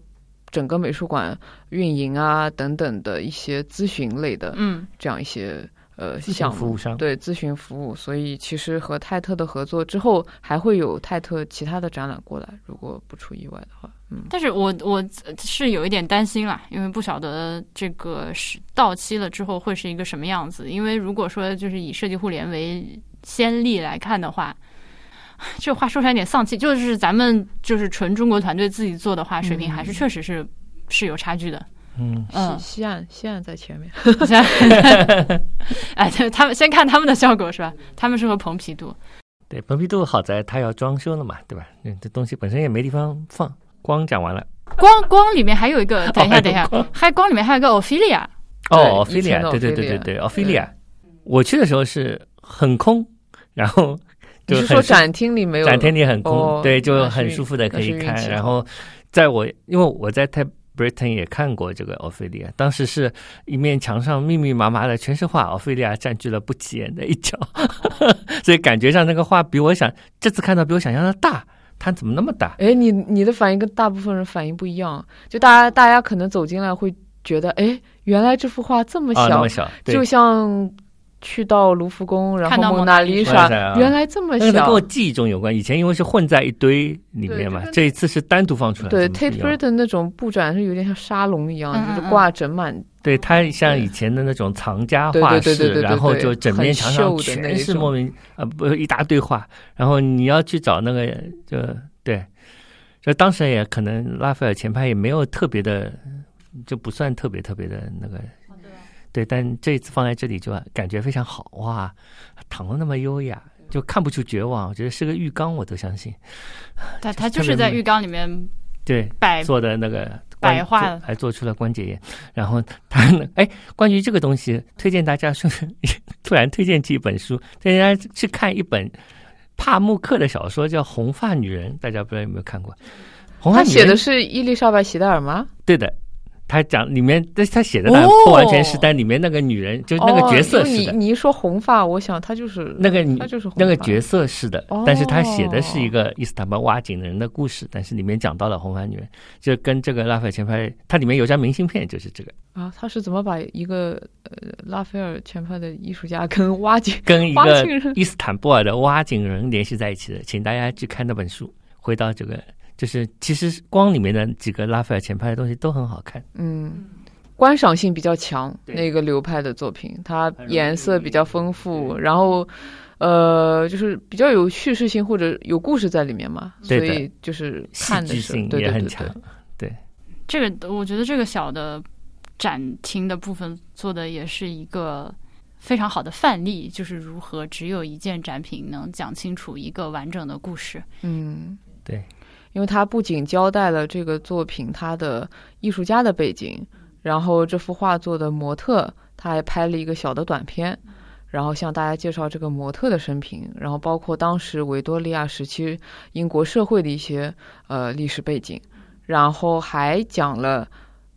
整个美术馆运营啊等等的一些咨询类的
嗯，
这样一些呃
咨询
项
服
目
务。商
对咨询服务，所以其实和泰特的合作之后，还会有泰特其他的展览过来，如果不出意外的话，嗯，
但是我我呃是有一点担心啦，因为不晓得这个是到期了之后会是一个什么样子。因为如果说就是以设计互联为先例来看的话， 这话说出来有点丧气。就是咱们就是纯中国团队自己做的话，水平还是确实是、是有差距的。
嗯，
嗯，
西西岸西岸在前面，
先哎，对他们先看他们的效果是吧？他们是和蓬皮杜，
对，蓬皮杜好在它要装修了嘛，对吧？嗯这东西本身也没地方放，光讲完了。
光光里面还有一个，等
哦还
一下
有
等一下
光，
还光里面还有一个 Ophelia，
哦，奥
对
菲
以
利
前
亚，对
的
对
Ophelia，
对对对，奥菲利亚，我去的时候是很空，然后
你
就是很
说
舒
展厅里没有
展厅里很空，
哦
对，就
那是
很
运
舒服的可
那是
以
运
看。
气
然
好
后，在我因为我在泰 Britain 也看过这个奥菲利亚，当时是一面墙上密密麻麻的全是画，奥菲利亚占据了不起眼的一角， 所以感觉上那个画比我想这次看到比我想象的大，它怎么那么大？
哎，你你的反应跟大部分人反应不一样，就大家大家可能走进来会觉得，哎，原来这幅画这么
啊，那
小，
么小，对
就，像去到卢浮宫，然
看
后
到
蒙
蒙
娜
娜
丽
丽
莎
莎
对啊，
原来这么
那个跟
小
我。记忆中有关。以前因为是混在一堆里
对
面
就
嘛，
跟
这一次是单独放出来。
对
怎么不
，Tate
一样
Britain 那种布展是有点像沙龙一样，
嗯
就是
嗯
挂整满，
对它像以前的那种藏家
对
画
对对对对
室，
对
然后
对
就整面墙上
很秀的那
全
一
是
种
莫名啊不一大堆画，然后你要去找那个就对，这当时也可能拉斐尔前排也没有特别的，就不算特别特别的那个，
哦啊
对，但这一次放在这里就感觉非常好哇，躺的那么优雅，就看不出绝望，我觉得是个浴缸我都相信，
他
特
他就
别
是在
美
浴缸里面
对，
摆
做的那个
白
关
化
做
了
还做出了关节炎。然后他呢，哎，关于这个东西，推荐大家说， 突然推荐起一本书，推荐大家去看一本帕慕克的小说，叫《红发女人》，大家不知道有没有看过？红发
他
女
写
人
的是伊丽莎白·席代尔吗？
对的。他讲里面，但是他写的当然
哦
不完全是，但里面那个女人就那个
哦
角色
因为
是
你
的，
你一说红发，我想他就是呃
那个女
他就是红
那个
发
角色是的
哦，
但是他写的是一个伊斯坦布尔挖井人的故事，但是里面讲到了红发女人，就跟这个拉斐尔前排，它里面有张明信片，就是这个。
啊，他是怎么把一个呃拉斐尔前派的艺术家跟挖井
跟一
挖
个
井人
伊斯坦布尔的挖井人联系在一起的，请大家去看那本书。回到这个，就是其实光里面的几个拉斐尔前派的东西都很好看，
嗯，观赏性比较强，
对
那个流派的作品，它
很容易
颜色比较丰富，然后。呃，就是比较有叙事性或者有故事在里面嘛，
对的
所以就是
戏
看的
剧
时候
性
对
也
对
很
对
强
对。，
这个我觉得这个小的展厅的部分做的也是一个非常好的范例，就是如何只有一件展品能讲清楚一个完整的故事。
嗯，
对，
因为它不仅交代了这个作品它的艺术家的背景，然后这幅画作的模特，他还拍了一个小的短片，然后向大家介绍这个模特的生平，然后包括当时维多利亚时期英国社会的一些呃历史背景，然后还讲了。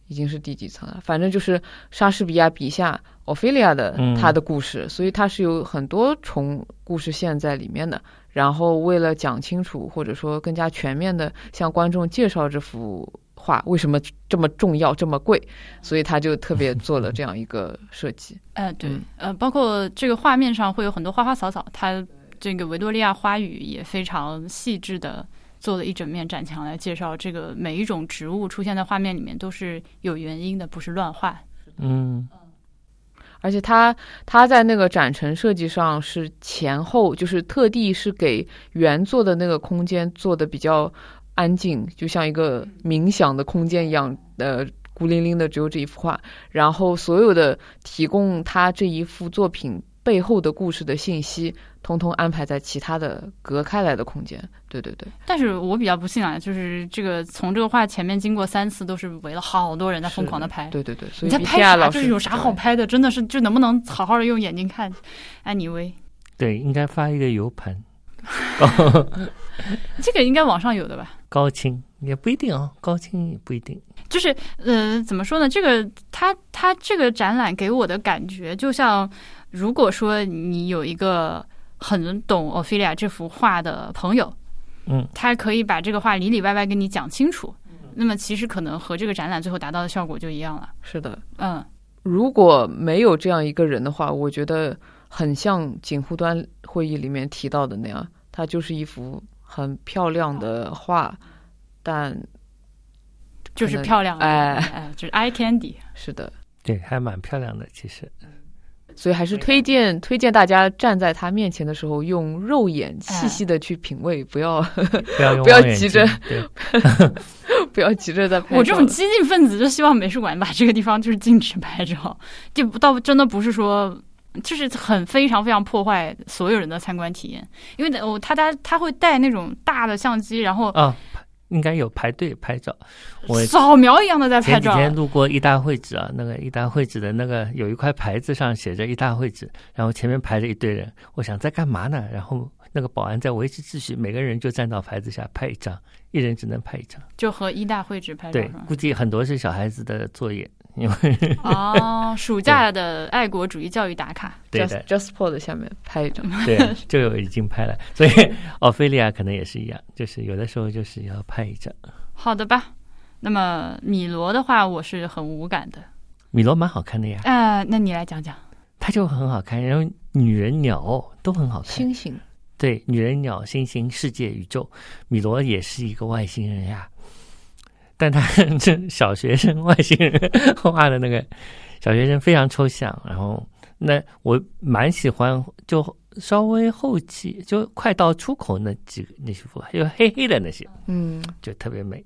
已经是第几层了？反正就是莎士比亚笔下奥菲利亚的
嗯
她的故事，所以它是有很多重故事线在里面的。然后为了讲清楚，或者说更加全面的向观众介绍这幅画为什么这么重要、这么贵，所以他就特别做了这样一个设计。
呃，对
嗯，
呃，包括这个画面上会有很多花花草草，它这个维多利亚花语也非常细致的做了一整面展墙来介绍这个每一种植物出现在画面里面都是有原因的，不是乱画。
嗯，
而且他他在那个展陈设计上是前后，就是特地是给原作的那个空间做的比较安静，就像一个
嗯
冥想的空间一样，呃，孤零零的只有这一幅画。然后所有的提供他这一幅作品背后的故事的信息，通通安排在其他的隔开来的空间。对对对，
但是我比较不信啊，就是这个从这个画前面经过三次，都是围了好多人在疯狂的拍。
对对对，所
你
以
在
米
拍
歇尔
啥？
老
就
师
是有啥好拍的？真的是就能不能好好的用眼睛看？安妮薇，
对，应该发一个 U 盘，
这个应该网上有的吧？
高清也不一定哦，高清也不一定。
就是呃，怎么说呢？这个它它这个展览给我的感觉，就像如果说你有一个很懂奥菲利亚这幅画的朋友，
嗯，
他可以把这个画里里外外跟你讲清楚，那么其实可能和这个展览最后达到的效果就一样了。
是的，
嗯，
如果没有这样一个人的话，我觉得很像警护端会议里面提到的那样，它就是一幅很漂亮的画，但
就是
可能
漂亮，
哎
哎，就是 eye candy。
是的，
对，还蛮漂亮的，其实。
所以还是推荐推荐大家站在他面前的时候，用肉眼细细的去品味，不要
不要用
不要
望远
急
镜
着
对，
不要急着在拍照。
我这种激进分子就希望美术馆把这个地方就是禁止拍照，就不倒真的不是说。就是很非常非常破坏所有人的参观体验，因为我他他他会带那种大的相机，然后
啊，应该有排队拍照。我
扫描一样的在拍
前几
照。
天路过一大会址啊，那个一大会址的那个有一块牌子上写着一大会址，然后前面排着一堆人，我想在干嘛呢？然后那个保安在维持秩序，每个人就站到牌子下拍一张，一人只能拍一张。
就和一啊大会址拍照
对
是，吧？
估计很多是小孩子的作业，因为
哦，暑假的爱国主义教育打卡，
对嗯
just
的，
just pod 的下面拍一张，
对，就有已经拍了， 所以奥菲利亚可能也是一样，就是有的时候就是要拍一张。
好的吧？那么米罗的话，我是很无感的。
米罗蛮好看的呀，
啊、那你来讲讲。
它就很好看，然后女人鸟都很好看。
星星
对，女人、鸟、星星、世界、宇宙，米罗也是一个外星人呀。但他 这小学生外星人画的那个小学生非常抽象，然后那我蛮喜欢，就稍微后期就快到出口那几个那些幅画，就黑黑的那些，
嗯，
就特别美。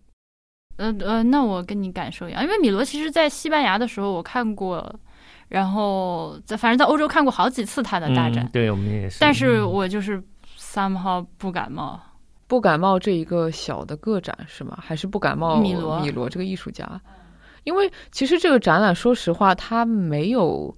呃呃，那我跟你感受一样，因为米罗其实在西班牙的时候我看过，然后在反正在欧洲看过好几次他的大展，
嗯、对我们也是。
但是
嗯
我就是 somehow 不感冒。
不感冒这一个小的个展是吗？还是不感冒
米罗
米罗这个艺术家？因为其实这个展览，说实话，它没有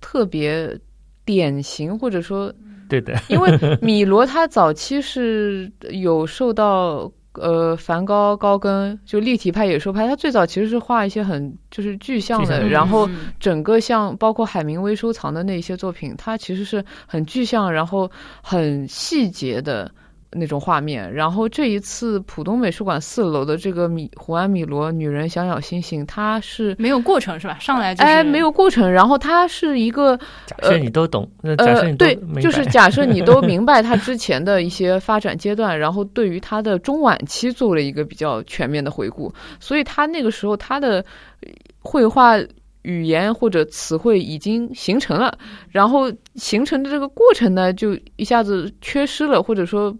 特别典型，或 者说，
对的，
因为米罗他早期是有受到呃梵高、高更就立体派、野兽派，他最早其实是画一些很就是具象
具象
的，
的
然后
嗯
整个像包括海明威收藏的那些作品，它其实是很具象，然后很细节的那种画面。然后这一次浦东美术馆四楼的这个米胡安米罗《女人想要星星》，它是。
没有过程是吧？上来就是、
哎，没有过程，然后它是一个
假设你都懂，那假设
呃
你，都
对
明白、，
就是假设 你都明白它之前的一些发展阶段，然后对于它的中晚期做了一个比较全面的回顾，所以他那个时候他的呃绘画语言或者词汇已经形成了，然后形成的这个过程呢，就一下子缺失了，或者说，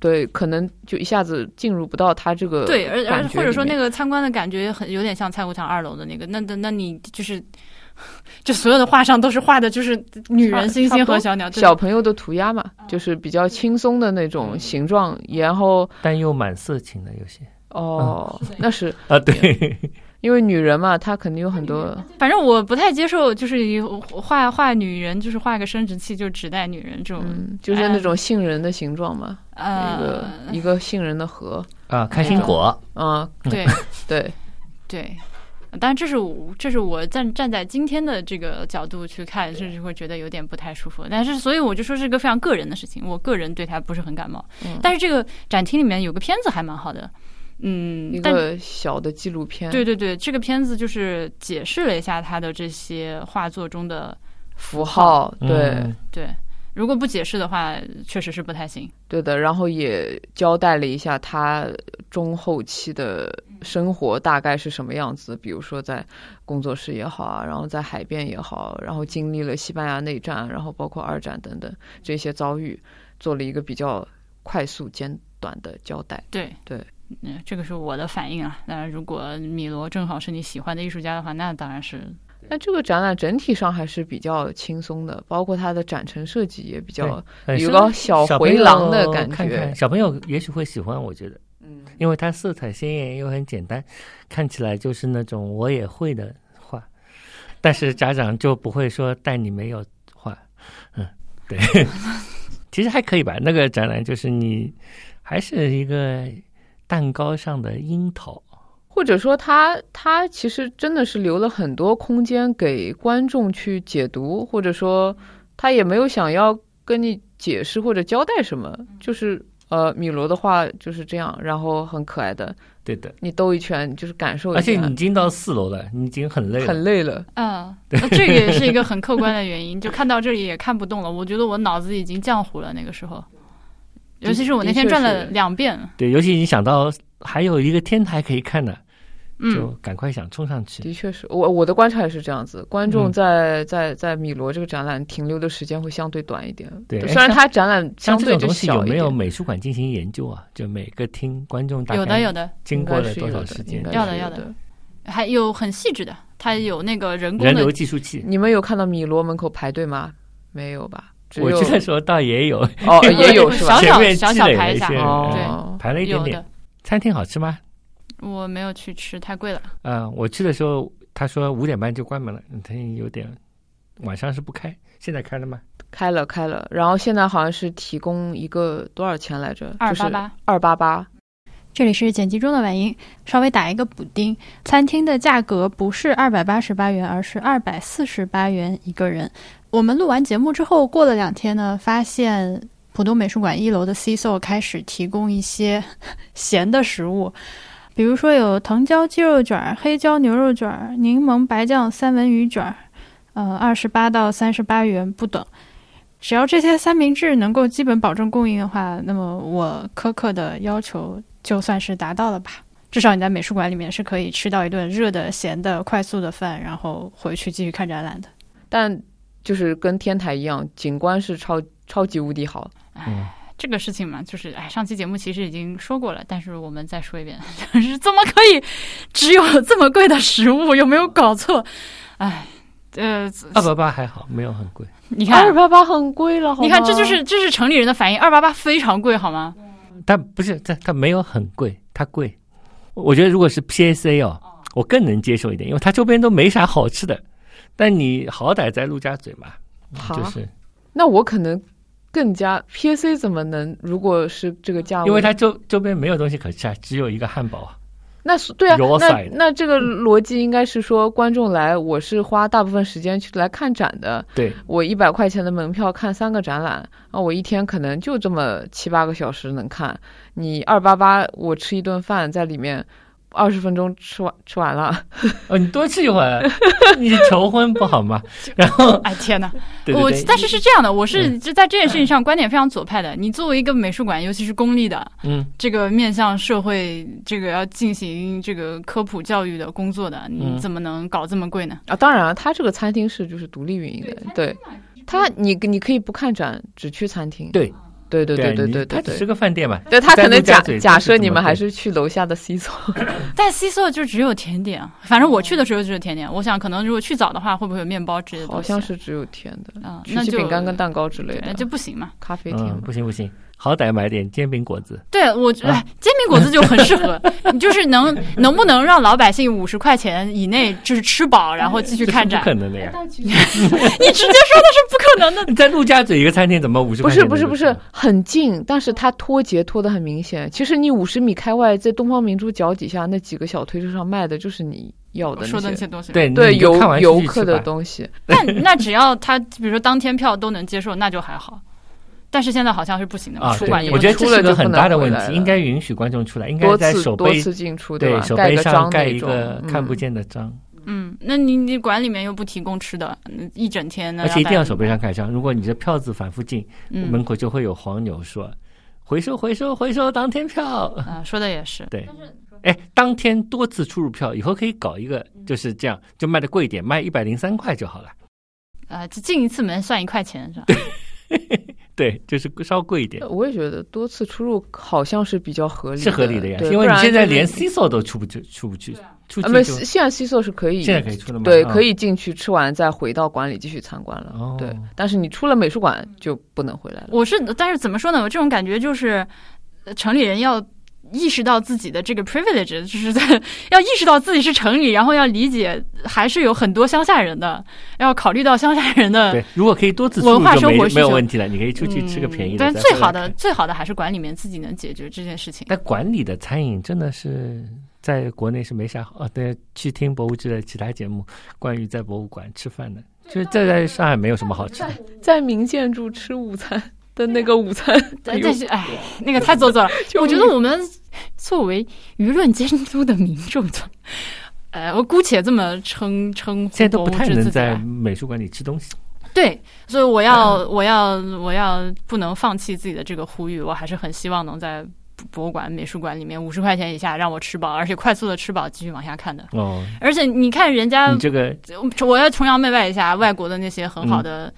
对，可能就一下子进入不到他这个
对，而而
感觉
或者说
里
那
面
个参观的感觉很有点像蔡国强二楼的那个，那那那你就是。就所有的画上都是画的，就是女人、
差
星
差
星
不多
和小鸟，对
小朋友的涂鸦嘛，就是比较轻松的那种形状，然后
但又蛮色情的有些
哦，那是
啊，对，
因为女人嘛，她肯定有很多
反正我不太接受，就是以画画女人，就是画个生殖器就指代女人这种，
嗯，就是那种杏仁的形状嘛，一个
呃，
一个杏仁的核，
啊，开心果，
啊，
对
对，
对。当然，这是我这是我站站在今天的这个角度去看，甚至会觉得有点不太舒服。但是，所以我就说是一个非常个人的事情，我个人对它不是很感冒。
嗯
但是这个展厅里面有个片子还蛮好的，
一
嗯，但
个小的纪录片，
对对对，这个片子就是解释了一下他的这些画作中的
符号，对
嗯，
对。如果不解释的话，确实是不太行。
对的，然后也交代了一下他中后期的生活大概是什么样子，比如说在工作室也好啊，然后在海边也好，然后经历了西班牙内战，然后包括二战等等这些遭遇，做了一个比较快速简短的交代。
对
对，
嗯，这个是我的反应啊。当然，如果米罗正好是你喜欢的艺术家的话，那当然是
那这个展览整体上还是比较轻松的，包括它的展陈设计也比较
很
有
适
个
合
小
朋
回廊的
友
感
看
觉
看小朋友也许会喜欢，我觉得，
嗯，
因为它色彩鲜艳又很简单，看起来就是那种我也会的画，但是家长就不会说带你没有画，嗯，对， 其实还可以吧。那个展览就是你还是一个蛋糕上的樱桃，
或者说他他其实真的是留了很多空间给观众去解读，或者说他也没有想要跟你解释或者交代什么，就是呃米罗的话就是这样，然后很可爱的，
对的。
你兜一圈就是感受一
而且
下，
你已经到四楼了，你已经很累了，
很累了，
嗯，那这个也是一个很客观的原因，就看到这里也看不动了。我觉得我脑子已经浆糊了，那个时候，
的
尤其是我那天
的确
转了
是
两遍，
对，尤其你想到还有一个天台可以看的，就
嗯，
赶快想冲上去。
的确是我我的观察也是这样子，观众
嗯
在、在在米罗这个展览停留的时间会相对短一点，
对
虽然
哎
它展览
像
相
这
对
种
就
东西
小
有
一
没有
点，
美术馆进行研究啊？就每个厅观众大概
有的有的，
经过了多少时间
应？该是
要
有
的
的
要的。还有很细致的，它有那个人工
人流
的，
计数器，
你们有看到米罗门口排队吗？没有吧？只
我
有
去的时候倒也有，
哦，也有是吧
小？
前
小
面
小
积
小
累了
排一
一
下
些，人
哦，
排了一点
有
点
的。。
餐厅好吃吗？
我没有去吃，太贵了。
嗯，我去的时候他说五点半就关门了，他有点晚上是不开，现在开了吗？
开了开了，然后现在好像是提供一个多少钱来着？
288，
二八八。
这里是剪辑中的婉莹，稍微打一个补丁。餐厅的价格不是二百八十八元，而是二百四十八元一个人。我们录完节目之后，过了两天呢，发现浦东美术馆一楼的 C s o 开始提供一些 咸的食物，比如说有藤椒鸡肉卷儿、黑椒牛肉卷儿、柠檬白酱三文鱼卷儿，呃，二十八到三十八元不等。只要这些三明治能够基本保证供应的话，那么我苛刻的要求就算是达到了吧。至少你在美术馆里面是可以吃到一顿热的、咸的、快速的饭，然后回去继续看展览的。
但就是跟天台一样，景观是超超级无敌好。
这个事情嘛，就是哎，上期节目其实已经说过了，但是我们再说一遍， 就是怎么可以只有这么贵的食物？有没有搞错？哎，呃，
二八八啊还好，没有很贵。
你看
二，八八很贵了，好
你看，
吗
这就是这是城里人的反应。二八八非常贵，好吗？
但不是，它它没有很贵，它贵。我觉得如果是 PSA 哦，我更能接受一点，因为它周边都没啥好吃的。但你好歹在陆家嘴嘛，
好
就是
那我可能更加 PAC 怎么能？如果是这个价位，
因为它周周边没有东西可吃啊，只有一个汉堡啊。
那是对啊，
Your
那
side
那这个逻辑应该是说，观众来，我是花大部分时间去来看展的，
对，
我一百块钱的门票看三个展览，啊，我一天可能就这么七八个小时能看。你二八八，我吃一顿饭在里面，二十分钟吃完吃完了。
哦，你多吃一会儿， 你求婚不好 吗？然后，
哎天哪！
对
我
对嗯对，
但是是这样的，我是就在这件事情上观点非常左派的。你作为一个美术馆，尤其是公立的，
嗯
这个面向社会，这个要进行这个科普教育的工作的，你
嗯
怎么能搞这么贵呢？
啊，当然了，它这个餐厅是就是独立运营的，对，它你你可以不看展，只去餐厅，
对啊
对对对对
你
对
它
对
只是
对。
个饭店嘛，
对他可能假
在陆家嘴
假
就是
设
这么
你们还
贵
是去楼下的 C 座，
但 C 社就只有甜点啊，反正我去的时候就是甜点。我想可能如果去早的话，会不会有面包之类的东
好
西？
像是只有甜的，
啊，
曲
那
奇
就
饼干跟蛋糕之类
对
的，
就不行嘛。
咖啡
嗯，
厅。
不行不行，好歹买点煎饼果子，
对，我觉得、
啊
哎煎饼果子就很适合，你就是能能不能让老百姓五十块钱以内就是吃饱，然后继续
这是
看
不
展
可？能的呀！
你直接说的是不可能的。
你在陆家嘴一个餐厅怎么五十？
不是不是不是，很近，但是它脱节脱得很明显。其实你五十米开外，在东方明珠脚底下那几个小推车上卖的就是你要
我
的
说的
那
那
些
些，东西，
对
对
你就
游
看完
游
出去
客
吃
的
吧
东西。
那那只要他，比如说当天票都能接受，那就还好。但是现在好像是不行的嘛，
啊，
美术
对
馆也
我
不
觉
能
得这是个很大的问
出来就不能回来
题，
了
应该允许观众出来，应该
多
在
次
手
多
背
次进出
对
吧？
手
盖
背
个
上
章
盖
那
一
种
个看不。
嗯
见的章，
嗯，那你你馆里面又不提供吃的，嗯一整天呢，
而且一定要手背上
让
盖章。如果你的票子反复进，
大家嗯
门口就会有黄牛说：“回收回收回收当天票。”
嗯
啊、说的也是，
对，哎，当天多次出入票，以后可以搞一个，
嗯
就是这样，就卖的贵一点，卖一百零三块就好了。
啊，就进一次门算一块钱是吧？
对，就是稍贵一点
呃，我也觉得多次出入好像是比较合理的，
是合理的呀，
对
因为
不
你
然
现在
就是
连 CISO 都出不去，出不去，出
啊，不
去
是，
就
现在 C 座是可以，
现在可以出了吗？
对，
啊
可。以进去吃完再回到馆里继续参观了。
哦
对，但是你出了美术馆就不能回来了。
我是，但是怎么说呢？我这种感觉就是，呃城里人要意识到自己的这个 privilege，就是在要意识到自己是城里，然后要理解还是有很多乡下人的，要考虑到乡下人的
对，如果可以多次出
文化
入就没
生活需
没有
求
问题了，你可以出去吃个便
嗯
宜的。
嗯但
再
最
回来
好的
看，
最好的还是馆里面自己能解决这件事情。
但管理的餐饮真的是在国内是没啥好。哦，对，去听博物志的其他节目，关于在博物馆吃饭的，就是这在上海没有什么好吃的。
在名建筑吃午餐的那个 午餐，哎
但
呦
但是哎，那个太做作了。
救
我觉
命
得我们作为舆论监督的民众， 呃，我姑且这么称称呼
现在都不
博物
太
志自
能
己
在
吧
美术馆里吃东西。
对，所以我要、
嗯
我要我要不能放弃自己的这个呼吁，我还是很希望能在博物馆、美术馆里面五十块钱以下让我吃饱，而且快速的吃饱，继续往下看的。
哦，
而且你看人家
你这个
我要崇洋媚外一下外国的那些
嗯
很好的、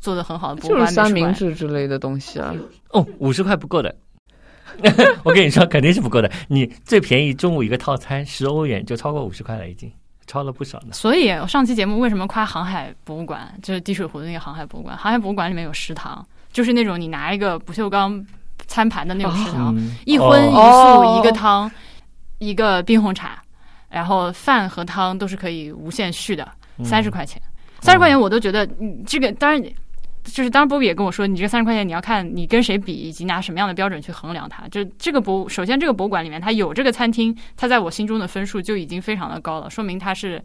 做的很好的博物
就
馆、
是三
美术
明
馆
治之类的东西啊，
哦，五十块不够的。 我跟你说，肯定是不够的。你最便宜中午一个套餐十欧元就超过五十块了，已经超了不少呢。
所以我上期节目为什么夸航海博物馆？就是滴水湖的那个航海博物馆，航海博物馆里面有食堂，就是那种你拿一个不锈钢餐盘的那种食堂，
嗯，
一荤一素、
哦
哦
一个汤，一个冰红茶，然后饭和汤都是可以无限续的，三十块钱，三十块钱我都觉得，嗯，这个当然。就是当然，波比也跟我说，你这个三十块钱，你要看你跟谁比，以及拿什么样的标准去衡量它。就这个博物，首先这个博物馆里面它有这个餐厅，它在我心中的分数就已经非常的高了，说明它是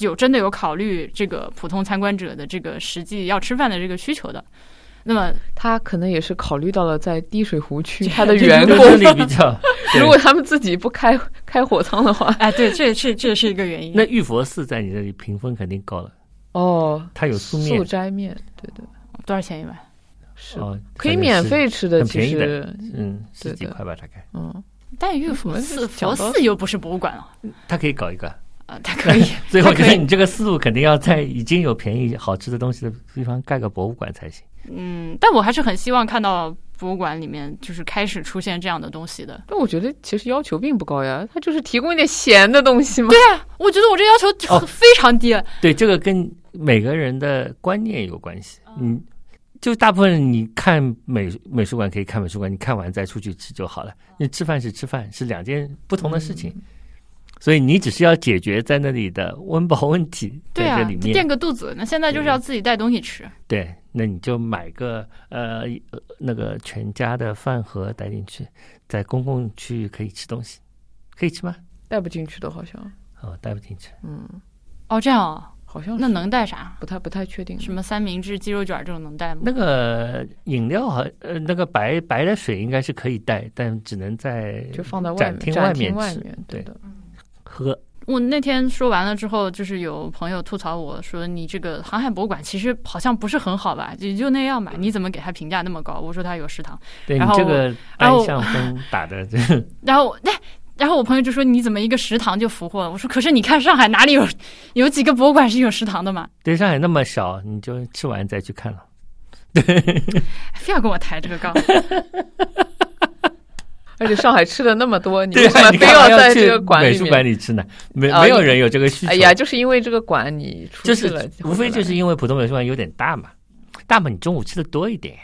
有真的有考虑这个普通参观者的这个实际要吃饭的这个需求的。那么
他可能也是考虑到了在滴水湖区他的
这
员
这
工，
这里比较。对
如果他们自己不开开火仓 的话，
哎，对，这这这是一个原因。
那玉佛寺在你这里评分肯定高了，
哦，
它有素面
素斋面，对的，
多少钱一碗？
是
哦，
可以
反正
免
是，
费吃的，
很
其
便宜的
实，
嗯，十
对
几
的
块吧，大概。
嗯，
但玉
怎
佛
么
寺，
想
佛
到
寺又不是博物馆了
它可以搞一个。
啊，它 可以。
所以我
它可
觉
以
得你这个思路肯定要在已经有便宜好吃的东西的地方盖个博物馆才行。
嗯，但我还是很希望看到博物馆里面就是开始出现这样的东西的。
哦
但我觉得其实要求并不高呀，他就是提供一点咸的东西嘛。
对啊，我觉得我这要求就
哦
非常低。
对，这个跟每个人的观念有关系。嗯，就大部分人你看美美术馆可以看美术馆，你看完再出去吃就好了。你吃饭是吃饭，是两件不同的事情。所以你只是要解决在那里的温饱问题，
对
在
啊
这里，
垫
面
个肚子。那现在就是要自己带东西吃。
对，那你就买个呃呃那个全家的饭盒带进去，在公共区域可以吃东西，可以吃吗？
带不进去的，好像，嗯
哦，带不进去。
哦，这样啊，
好像是
那能带啥？
不太不太确定。
什么三明治、鸡肉卷这种能带吗？
那个饮料好，呃，那个白白的水应该是可以带，但只能在
就放在外
展
面，
厅
展
外
厅
面
外
吃
面，对的。
喝。
我那天说完了之后，就是有朋友吐槽我说：“你这个航海博物馆其实好像不是很好吧，也就那样吧，你怎么给他评价那么高？”我说他有食堂，
对你
然后
这个
然
单
后
向分打的， 这
然后 我，哎，然后我朋友就说：“你怎么一个食堂就俘获了？”我说：“可是你看上海哪里有有几个博物馆是有食堂的嘛？
对上海那么小，你就吃完再去看了。
非要跟我抬这个 杠。”
而且上海吃的那么多，你
对
为什
啊，
么
你
非
干嘛
在
去
这个馆
美
里
术馆
面？
里吃呢？没
啊
没有人有这个需求。
哎呀，就是因为这个馆你出
就
去
是
了，
无非就是
回
因为浦东美术馆有点大嘛，大嘛你中午吃的多一点，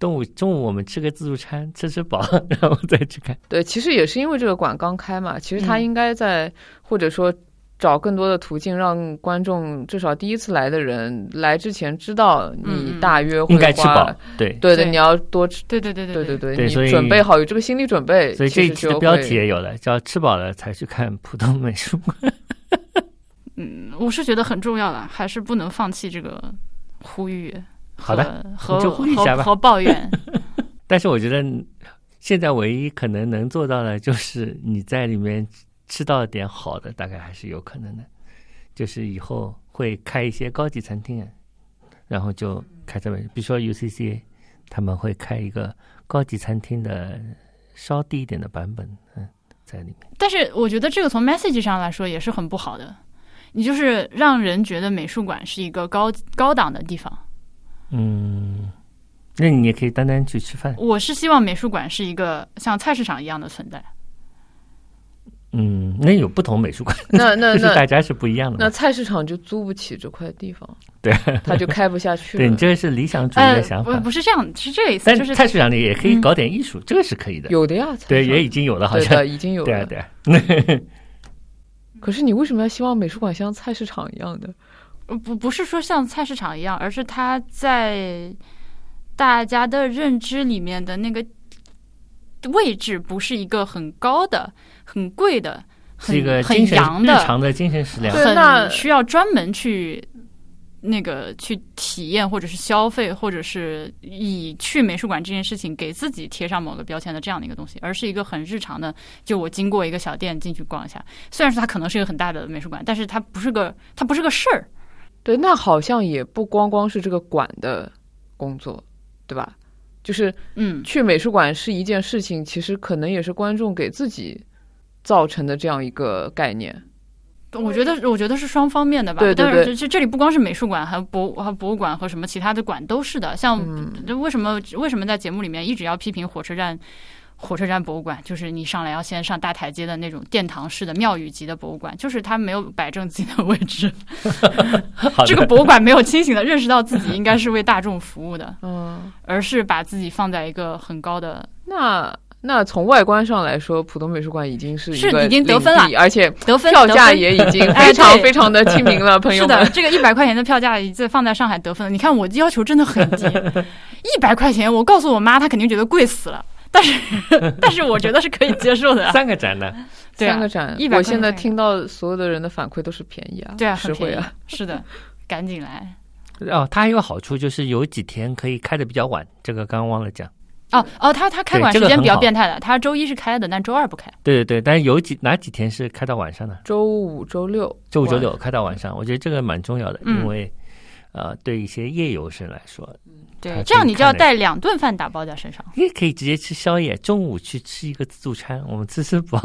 中午中午我们吃个自助餐，吃吃饱， 然后再去看。
来对，其实也是因为这个馆刚开嘛，其实它
嗯
应该在、或者说找更多的途径让观众至少第一次来的人来之前知道
嗯
你
嗯
大约会
应该吃
花
饱，对。
对的，
对
你要多吃。
对对对对
对对对，
对
你
所以
准备好有这个心理准备，
所以这一
其实
期的
就
标
会
题也有了，叫“吃饱了才去看浦东美术馆
嗯，我是觉得很重要的，还是不能放弃这个呼吁。
好的，
和
你就呼吁一下吧
和和抱怨。”。
但是我觉得现在唯一可能能做到的，就是你在里面吃到点好的，大概还是有可能的。就是以后会开一些高级餐厅啊，然后就开在美，比如说 UCC 他们会开一个高级餐厅的稍低一点的版本，嗯，在里面。
但是我觉得这个从 message 上来说也是很不好的，你就是让人觉得美术馆是一个高高档的地方。
嗯，那你也可以单单去吃饭，
我是希望美术馆是一个像菜市场一样的存在。
嗯，那有不同美术馆，
那 那
就是大
那
家是不一样的嘛。
那菜市场就租不起这块地方，
嗯 对，
他就开不下去了。
对你这个是理想主义
呃
的想，法，
不不是这样，是这个意思，
但
就是
菜市场里也可以搞点艺术，这个是可以的。
有的呀，菜
对，
市场
也已经有了，好
对
像
的，已经有
对啊
了。
对啊，
可是你为什么要希望美术馆像菜市场一样的？
不不是说像菜市场一样，而是它在大家的认知里面的那个位置，不是一个很高的、很贵的、很
是一个
很
精神
洋
日
的、
常的精神食粮。
对那
很需要专门去那个去体验，或者是消费，或者是以去美术馆这件事情给自己贴上某个标签的这样的一个东西，而是一个很日常的，就我经过一个小店进去逛一下。虽然说它可能是一个很大的美术馆，但是它不是个它不是个事儿。
对，那好像也不光光是这个馆的工作，对吧？就是
嗯，
去美术馆是一件事情，其实可能也是观众给自己造成的这样一个概念。
我觉得我觉得是双方面的吧。
对对
但
对
是这这里不光是美术馆，还有博还有博物馆和什么其他的馆都是的。像
嗯，
就为什么为什么在节目里面一直要批评火车站？火车站博物馆就是你上来要先上大台阶的那种殿堂式的庙宇级的博物馆，就是它没有摆正自己的位置。
好的
这个博物馆没有清醒的认识到自己应该是为大众服务的，
嗯，
而是把自己放在一个很高的
那那从外观上来说，浦东美术馆已经是一
是
个
已经得分
领地而且
得分
票
得
价
分
也已经
哎
非常
对
非常的亲民 了，朋友
是
们
的，。这个一百块钱的票价在放在上海得分，你看我要求真的很低，一百块钱，我告诉我妈，她肯定觉得贵死了。但是，但是 我觉得是可以接受的啊，
三个展览，
对
三
啊
个，展
100，
我
块
现在
钱
听到所有的人的反馈都是便宜啊，
对啊，
实
很
惠
便宜
啊。，
是 的，赶紧来
哦，它还有好处就是有几天可以开的比较晚，这个刚刚忘了讲。
哦哦，他他开
对
馆
这
时
个
间
很
比较
好
变态的，他周一是开的，但周二不开。
对对对，但是有几哪几天是开到晚上的？
周五、周六，
周五、周六开到晚上，我觉得这个蛮重要的，
嗯
因为呃，对一些夜游生来说，还
对，
可
这样
以
你就要
看的
带两顿饭打包在身上。
也可以直接吃宵夜，中午去吃一个自助餐，我们吃吃饱，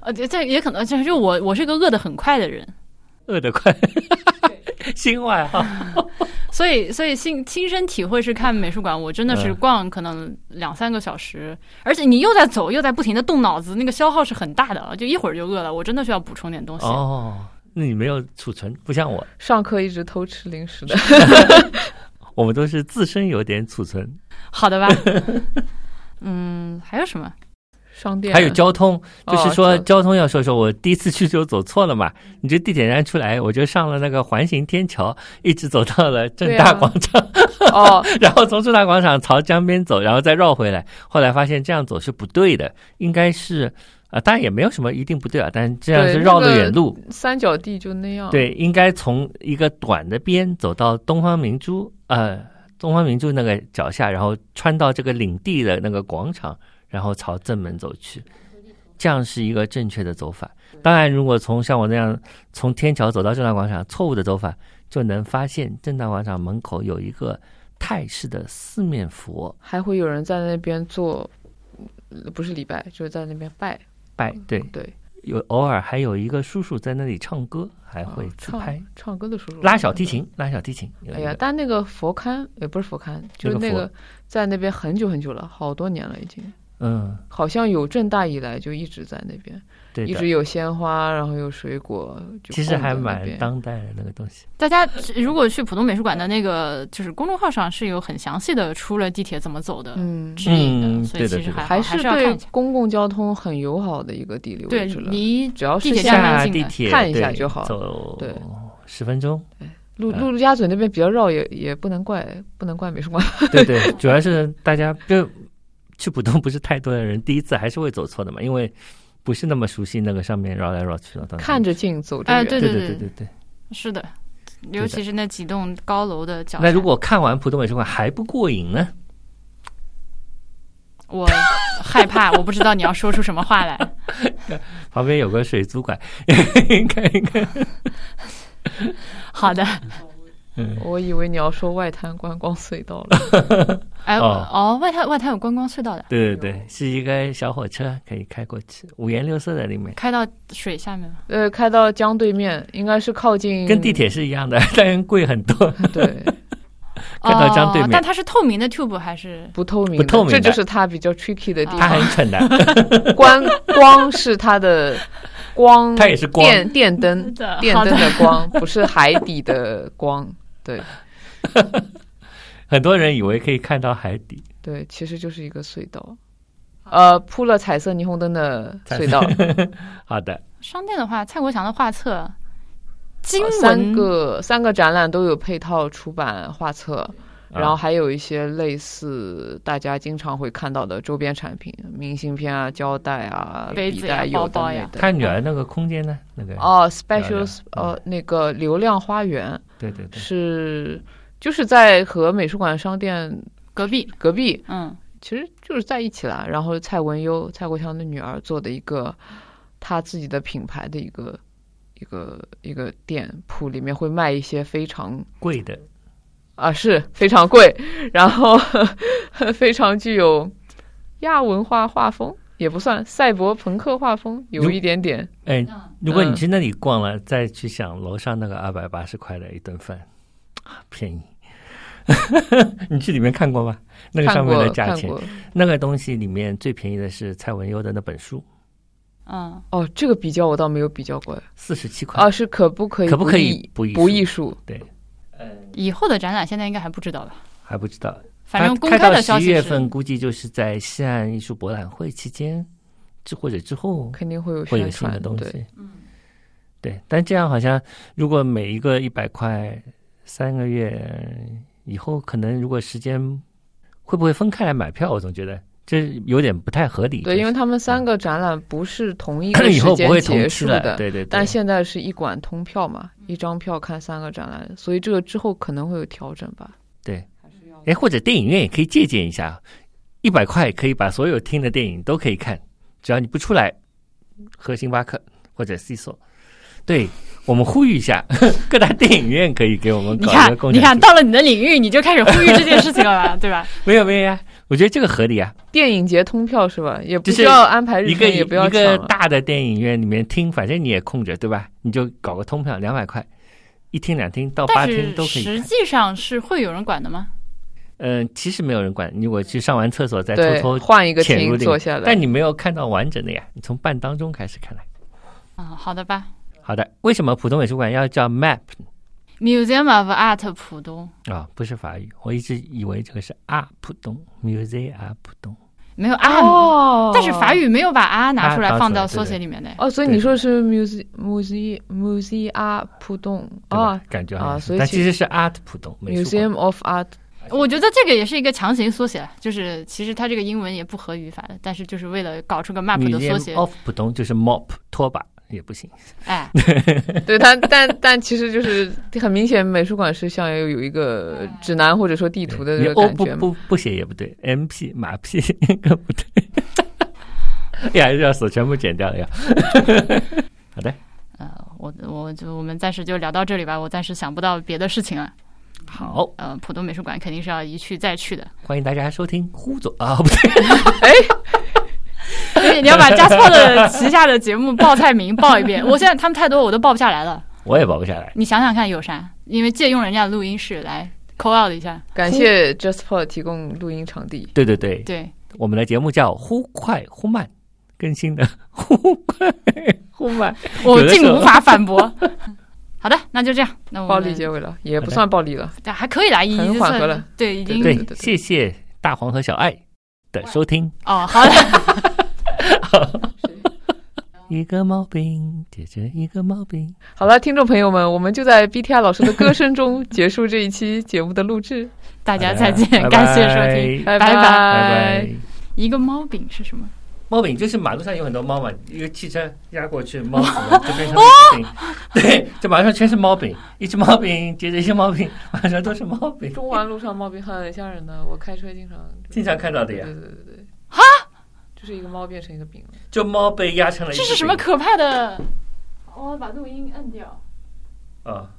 呃，这这也可能就是就我我是个饿得很快的人，
饿得快， 新外号。
所以，所以亲亲身体会是看美术馆，我真的是
嗯
逛可能两三个小时，而且你又在走，又在不停的动脑子，那个消耗是很大的啊，就一会儿就饿了，我真的需要补充点东西。
哦，那你没有储存，不像我，
上课一直偷吃零食的。
我们都是自身有点储存。
好的吧？ 嗯，还有什么？
商店
还有交通，
啊哦
就是说
是
交通要说说，我第一次去就走错了嘛，你就地铁站出来，我就上了那个环形天桥，一直走到了正大
对啊
广场，
哦，
然后从正大广场朝江边走，然后再绕回来。后来发现这样走是不对的，应该是啊、呃当然也没有什么一定不对啊，但这样
对
是
那
绕了
个
远路。
三角地就那样。，
对，应该从一个短的边走到东方明珠，呃，东方明珠那个脚下，然后穿到这个领地的那个广场，然后朝正门走去。这样是一个正确的走法。当然，如果从像我那样从天桥走到正大广场，错误的走法，就能发现正大广场门口有一个泰式的四面佛
还会有人在那边做，嗯不是礼拜，就是在那边拜。
拜，对，
对，
有偶尔还有一个叔叔在那里唱歌，还会
啊
自拍
唱、唱歌的叔叔
拉小提。琴，拉小提琴。有
哎
一
呀
个，
但那个佛龛也不是佛龛，就是
那
那
个佛
个在那边很久很久了，好多年了已经，
嗯，
好像有正大以来就一直在那边，
对
一
的
直，有鲜花，然后有水果，就
其实
供
还
在那
蛮
边
当代的那个东西。
大家如果去浦东美术馆的那个就是公众号上是有很详细的出了地铁怎么走的
嗯，
指引的，
嗯
所以
对的
其实
对的
还好
啊还
还
是
要看
对
一下。
公共交通很友好的一个地理
对，
位置了。
离
只要
地
是
铁站
下
蛮
下
近的
地铁
看一下
对
就好
走
对
十分 钟。
陆
嗯
陆陆家嘴那边比较绕，也也不能怪不能怪美术馆。
对对，主要是大家就去浦东不是太多的人，第一次还是会走错的嘛，因为不是那么熟悉那个上面绕来绕去的。当然
看着近，走着
哎
远。
对
对
对
对
对
对对。
是的，尤其是那几栋高楼的脚下。
那如果看完浦东美术馆还不过瘾呢？
我害 怕，我不知道你要说出什么话来。
旁边有个水族馆，看一看。
好的，
我以为你要说外滩观光隧道 了。
哎
哦
哦，外滩外滩有观光隧道的，
对对对，是一个小火车可以开过去，五颜六色的里面，
开到水下面吗？
呃，开到江对面，应该是靠近
跟地。铁是一样的， 但贵很多。
对，
看到江对面
哦但它是透明的 tube 还是？
不透明的，
不透明的哎
这就是它比较 tricky 的地
它很蠢的，
方。观光是它的光，
它也是光
电电灯，
的
电
好
灯
的，
的 光，不是海底的光。对
很多人以为可以看到海底。
对，其实就是一个隧道，呃，铺了彩色霓虹灯的隧道，
好的，
商店的话，蔡国强的画册，经文
哦三个三个展览都有配套出版画册，
啊
然后还有一些类似大家经常会看到的周边产品，明信片啊、胶带啊、
杯子
笔
呀
袋有
包包
的没
呀
的。
他女儿那个空间呢？那个
哦
漂亮
，specials 呃，那个流量花园
对对对，
是就是在和美术馆商店
隔壁，
隔壁，
嗯，
其实就是在一起啦。然后蔡文优、蔡国强的女儿做的一个他自己的品牌的一个一个一个店铺，里面会卖一些非常
贵的，
啊，是非常贵，然后 非常具有亚文化画风，也不算赛博朋克画风，有
如
一点点。
哎，如果你
嗯
去那里逛了，再去想楼上那个二百八十块的一顿饭，啊便宜。 你去里面看过吗？那个
看
上面
过
的价
看
钱，
过
那个东西里面最便宜的是蔡文优的那本书，
嗯，
哦，这个比较我倒没有比较过
四十七块。
啊，是可不可以
可不可以
不
不
艺
艺
不
术
艺术？
以后的展览现在应该还不知道吧？
还不知道。
反正
它
公
开
开
到
的消
十一
息
月
是，
份，估计就是在西岸艺术博览会期间，之或者之后
肯定会有
会有
宣
新的
传
东
对，
西。嗯，对。但这样好像，如果每一个一百块，三个月以后，可能如果时间会不会分开来买票？我总觉得这有点不太合理。
对，因为
就
他们三
嗯
个展览不是 同一
是
个
以
时
后不
间
会同
结
期
束
了，
的，
对对对。
但现在是一馆通票嘛，一张票看三个展览，所以这个之后可能会有调整吧。
哎，或者电影院也可以借鉴一下，一百块可以把所有听的电影都可以看，只要你不出来喝星巴克或者 C 索。对我们呼吁一下， 各大电影院可以给我们
你
搞一
看
个共，享
你看
经济
到了你的领域，你就开始呼吁这件事情了 吧，对吧？
没有没有呀、我觉得这个合理啊。
电影节通票是吧？也不
就是
需要安排日
一个
程，
一
也不要抢啊
个
了。
大的电影院里面听，反正你也空着对吧？你就搞个通票，两百块，一听两听到八
但
听
是
都可以
实
看。
际上是会有人管的吗？
嗯、其实没有人管，你我去上完厕所再
对，
偷偷，
换一个
潜入
厅
这个
坐下来。
但你没有看到完整的呀，你从半当中开始看来。
啊，好的吧。
好的，为什么浦东美术馆要叫 MAP 呢
Museum of Art 浦东
啊？不是法语，我一直以为这个是啊浦东 Musée 啊浦东。
没有啊，
哦，
但是法语没有把啊拿出来
啊拿出来
放到
对对
缩写里面的。
哦，所以你说是 muse muse muse art 浦东
对吧
啊
感觉好
啊
像是
所以
但
其
其实是 Art 浦东美术馆。
，museum of art
我觉得这个也是一个强行缩写，就是其实它这个英文也不合语法的，但是就是为了搞出个 map 的缩写
哦
Museum，of 浦东就是 MOP 拖把也不行。
哎，
对它，但但其实就是很明显，美术馆是像有有一个指南或者说地图的
你
这个
O
感
不
觉嘛。
不不写也不对，M P 马屁更不对。哎呀，热死，全部剪掉呀。好的，
呃，我我就我们暂时就聊到这里吧，我暂时想不到别的事情了。
好，
呃，浦东美术馆肯定是要一去再去的。
欢迎大家收听《呼左》啊， 不对，
哎你你要把 Jasper 的旗下的节目报菜名报 一遍。我现在他们太多，我都报不下来了。
我也保不下来。
你想想看有啥？因为借用人家的录音室来 call out 一下。
感谢 Jasper 提供录音场地。
对对对，
对，
我们的节目叫《忽快忽慢》，更新的忽快忽慢。
我
有的时
竟
候
无法 反驳。好的，那就这样。那我
暴力
们
结尾了，也不
好的
算暴力了。
对还可以啦，已
很
经
缓
算
和了。
对，已经
对
对对，对
谢谢大黄和小爱的收听。
哦，好的，
一个毛病解决一个毛病。
好了，听众朋友们，我们就在 BTR 老师的歌声中结束这一期节目的录制，
大家再见，
拜拜
感谢收听。
拜
拜拜
拜拜。
一个猫饼是什么？
猫饼就是马路上有很多猫嘛，一个汽车压过去，猫可能就变成猫饼，对，就马路上全是猫饼，一只猫饼接着一只猫饼，马路上都是猫饼，
中环路上猫病很吓人的，我开车经常
经常看到的
对
呀
对，对对对，哈，就是一个猫变成一个饼了。
就猫被压成了一
这
只
是什么
饼
可怕的？我把录音摁掉。
啊？